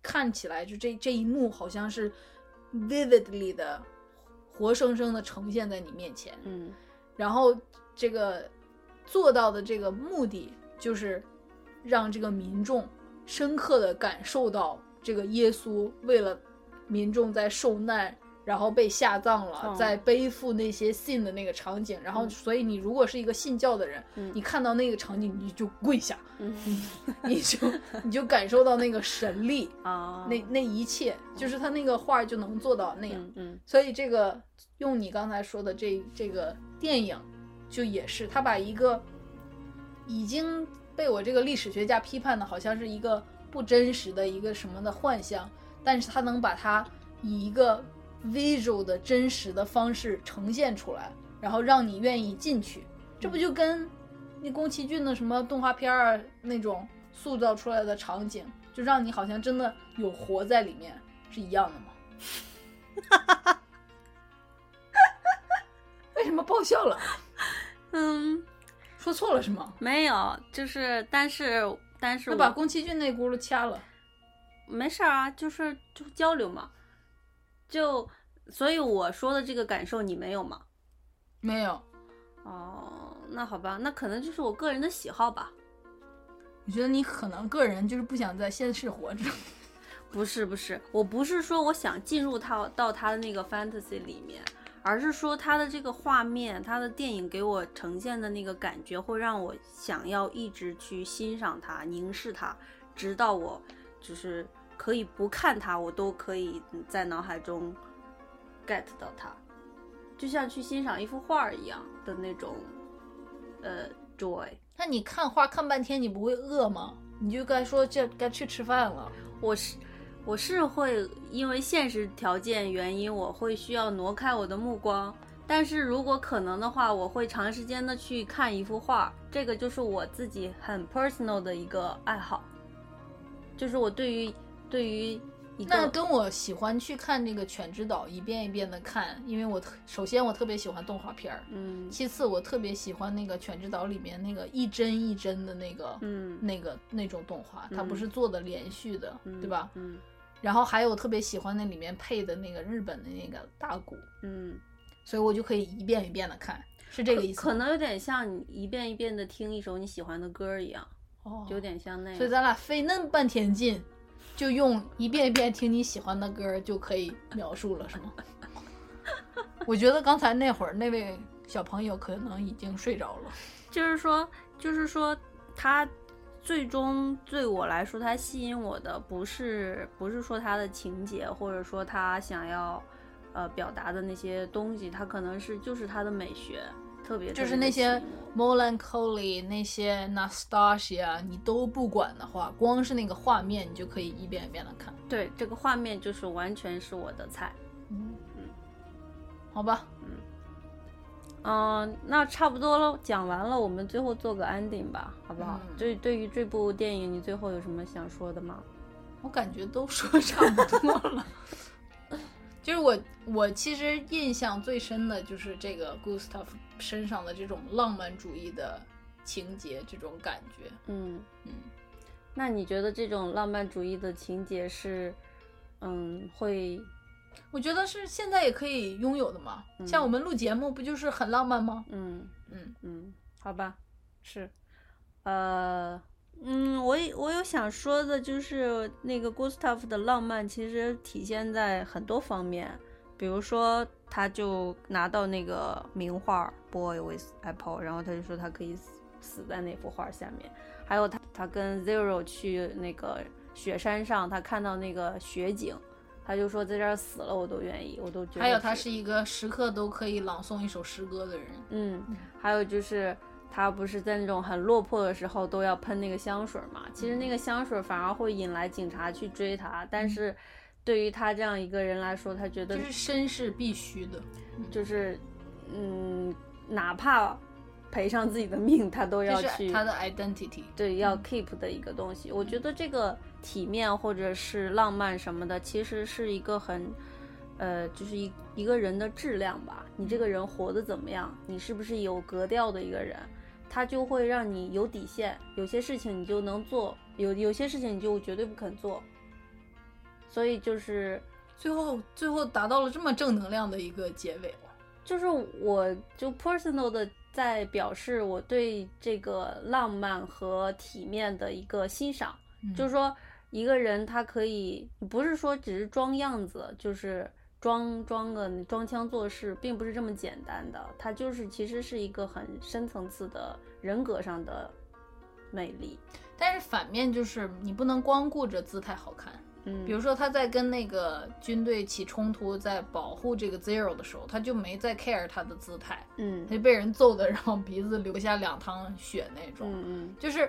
B: 看起来就这这一幕好像是 vividly 的活生生的呈现在你面前。
A: 嗯
B: 然后这个做到的这个目的就是让这个民众深刻的感受到这个耶稣为了民众在受难，然后被下葬了，
A: 嗯
B: 在背负那些信的那个场景。然后，
A: 嗯
B: 所以你如果是一个信教的人，
A: 嗯
B: 你看到那个场景你就跪
A: (laughs)
B: 下，
A: 嗯
B: 你就你就感受到那个神力，
A: 啊，
B: 那那一切就是他那个画儿就能做到那样。
A: 嗯嗯
B: 所以这个用你刚才说的这这个电影，就也是他把一个已经被我这个历史学家批判的，好像是一个不真实的一个什么的幻象，但是他能把它以一个 visual 的真实的方式呈现出来，然后让你愿意进去，这不就跟那宫崎骏的什么动画片儿啊那种塑造出来的场景，就让你好像真的有活在里面是一样的吗？为什么爆笑了？
A: 嗯，
B: 说错了是吗？
A: 没有，就是但是但是
B: 那把
A: 我
B: 宫崎骏那轱辘掐了。
A: 没事儿啊，就是就交流嘛，就所以我说的这个感受你没有吗？
B: 没有，
A: 哦，那好吧，那可能就是我个人的喜好吧。
B: 我觉得你可能个人就是不想在现世活着。 (laughs)
A: 不是不是，我不是说我想进入他到他的那个 fantasy 里面，而是说它的这个画面，它的电影给我呈现的那个感觉，会让我想要一直去欣赏它、凝视它，直到我就是可以不看它，我都可以在脑海中 get 到它，就像去欣赏一幅画儿一样的那种，呃，joy。
B: 那你看花看半天，你不会饿吗？你就该说这该去吃饭了。
A: 我是我是会因为现实条件原因，我会需要挪开我的目光。但是如果可能的话，我会长时间的去看一幅画，这个就是我自己很 personal 的一个爱好，就是我对于对于一
B: 那
A: 个
B: 跟我喜欢去看那个《全职导》，一遍一遍的看，因为我特首先我特别喜欢动画片儿，
A: 嗯
B: 其次我特别喜欢那个《全职导》里面那个一帧一帧的那个、
A: 嗯
B: 那个那种动画，它
A: 嗯
B: 不是做的连续的，
A: 嗯，
B: 对吧？
A: 嗯
B: 然后还有特别喜欢那里面配的那个日本的那个大鼓，
A: 嗯，
B: 所以我就可以一遍一遍的看，是这个意思
A: 可
B: 吗。
A: 能有点像你一遍一遍的听一首你喜欢的歌儿一样，
B: 哦
A: 有点像那
B: 所以
A: 样。
B: 咱俩费那么半天劲，就用一遍一遍听你喜欢的歌就可以描述了，是吗？ (laughs) 我觉得刚才那会儿那位小朋友可能已经睡着了。
A: 就是说，就是说，它最终对我来说，它吸引我的不是不是说它的情节，或者说它想要呃表达的那些东西，它可能是就是它的美学特别，
B: 就是
A: 特别地
B: 那些
A: 吸引我
B: melancholy 那些 Nastasia 你都不管的话，光是那个画面你就可以一遍一遍的看。
A: 对这个画面就是完全是我的菜。
B: 嗯，好吧，
A: 嗯，那差不多了，讲完了，我们最后做个 ending 吧，好不好
B: 嗯？
A: 对、对于这部电影，你最后有什么想说的吗？
B: 我感觉都说 (laughs) 差不多了。就是我，我其实印象最深的就是这个 Gustav 身上的这种浪漫主义的情节，这种感觉。
A: 嗯，
B: 嗯，
A: 那你觉得这种浪漫主义的情节是，嗯，会，
B: 我觉得是现在也可以拥有的嘛。像我们录节目，不就是很浪漫吗？
A: 嗯
B: 嗯
A: 嗯，好吧，是，呃，嗯，我也我有想说的，就是那个 Gustav 的浪漫其实体现在很多方面，比如说他就拿到那个名画 Boy with Apple，然后他就说他可以死死在那幅画下面，还有他他跟 Zero 去那个雪山上，他看到那个雪景。他就说在这儿死了我都愿意，我都觉得值。
B: 还有，他是一个时刻都可以朗诵一首诗歌的人。
A: 嗯，还有就是他不是在那种很落魄的时候都要喷那个香水嘛？其实
B: 嗯
A: 那个香水反而会引来警察去追他，但是对于他这样一个人来说，他觉得
B: 就是绅士必须的，
A: 就是嗯，哪怕赔上自己的命，他都
B: 这
A: 要
B: 是
A: 去
B: 他的 identity。
A: 对要 keep 的一个东西。我觉得这个体面或者是浪漫什么的，其实是一个很。呃，就是一一个人的质量吧，你这个人活得怎么样，你是不是有格调的一个人，他就会让你有底线，有些事情你就能做，有有些事情你就绝对不肯做。所以就是
B: 最后，最后达到了这么正能量的一个结尾了。
A: 就是我就 personal 的在表示我对这个浪漫和体面的一个欣赏，
B: 嗯
A: 就是说一个人他可以不是说只是装样子，就是装装个装腔作势，并不是这么简单的，他就是其实是一个很深层次的人格上的魅力。
B: 但是反面就是你不能光顾着姿态好看。
A: 嗯，
B: 比如说他在跟那个军队起冲突，在保护这个 Zero 的时候，他就没在 care 他的姿态，
A: 嗯
B: 他就被人揍的，然后鼻子流下两趟血那种。
A: 嗯嗯
B: 就是，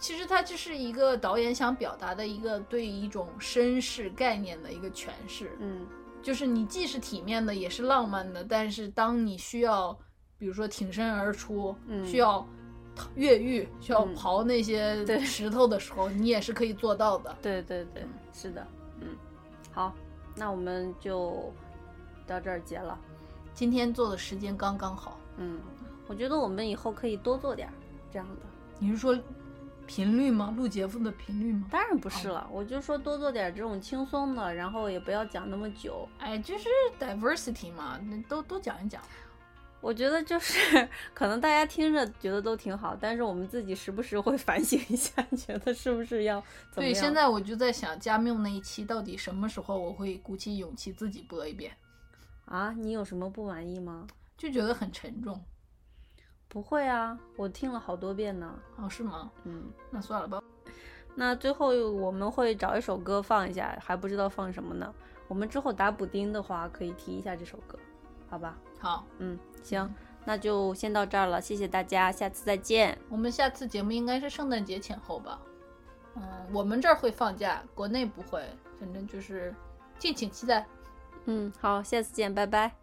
B: 其实他就是一个导演想表达的一个对一种绅士概念的一个诠释。
A: 嗯
B: 就是你既是体面的，也是浪漫的，但是当你需要，比如说挺身而出，
A: 嗯
B: 需要越狱，需要
A: 嗯
B: 刨那些
A: 对
B: 石头的时候，你也是可以做到的。
A: 对对对，是的，嗯，好，那我们就到这儿结了。
B: 今天做的时间刚刚好，
A: 嗯，我觉得我们以后可以多做点儿这样的。
B: 你是说频率吗？录节目的频率吗？
A: 当然不
B: 哦
A: 是了，我就说多做点儿这种轻松的，然后也不要讲那么久。
B: 哎，就是 diversity 嘛，那都都讲一讲。
A: 我觉得就是 (laughs) 可能大家听着觉得都挺好，但是我们自己时不时会 (laughs) 反省一下，觉得是不是要怎么
B: 对，
A: 样？
B: 现在我就在想，加缪那一期到底什么时候我会鼓起勇气自己播一遍？
A: 啊，你有什么不满意吗？
B: 就觉得很沉重。
A: 不会啊，我听了好多遍呢。
B: 哦，是吗？
A: 嗯，
B: 那算了吧。
A: 那最后我们会找一首歌放一下，还不知道放什么呢。我们之后打补丁的话，可以提一下这首歌，好吧？
B: 好，
A: 嗯，行，那就先到这儿了，谢谢大家，下次再见。
B: 我们下次节目应该是圣诞节前后吧？嗯，我们这儿会放假，国内不会。反正就是敬请期待。
A: 嗯，好，下次见，拜拜。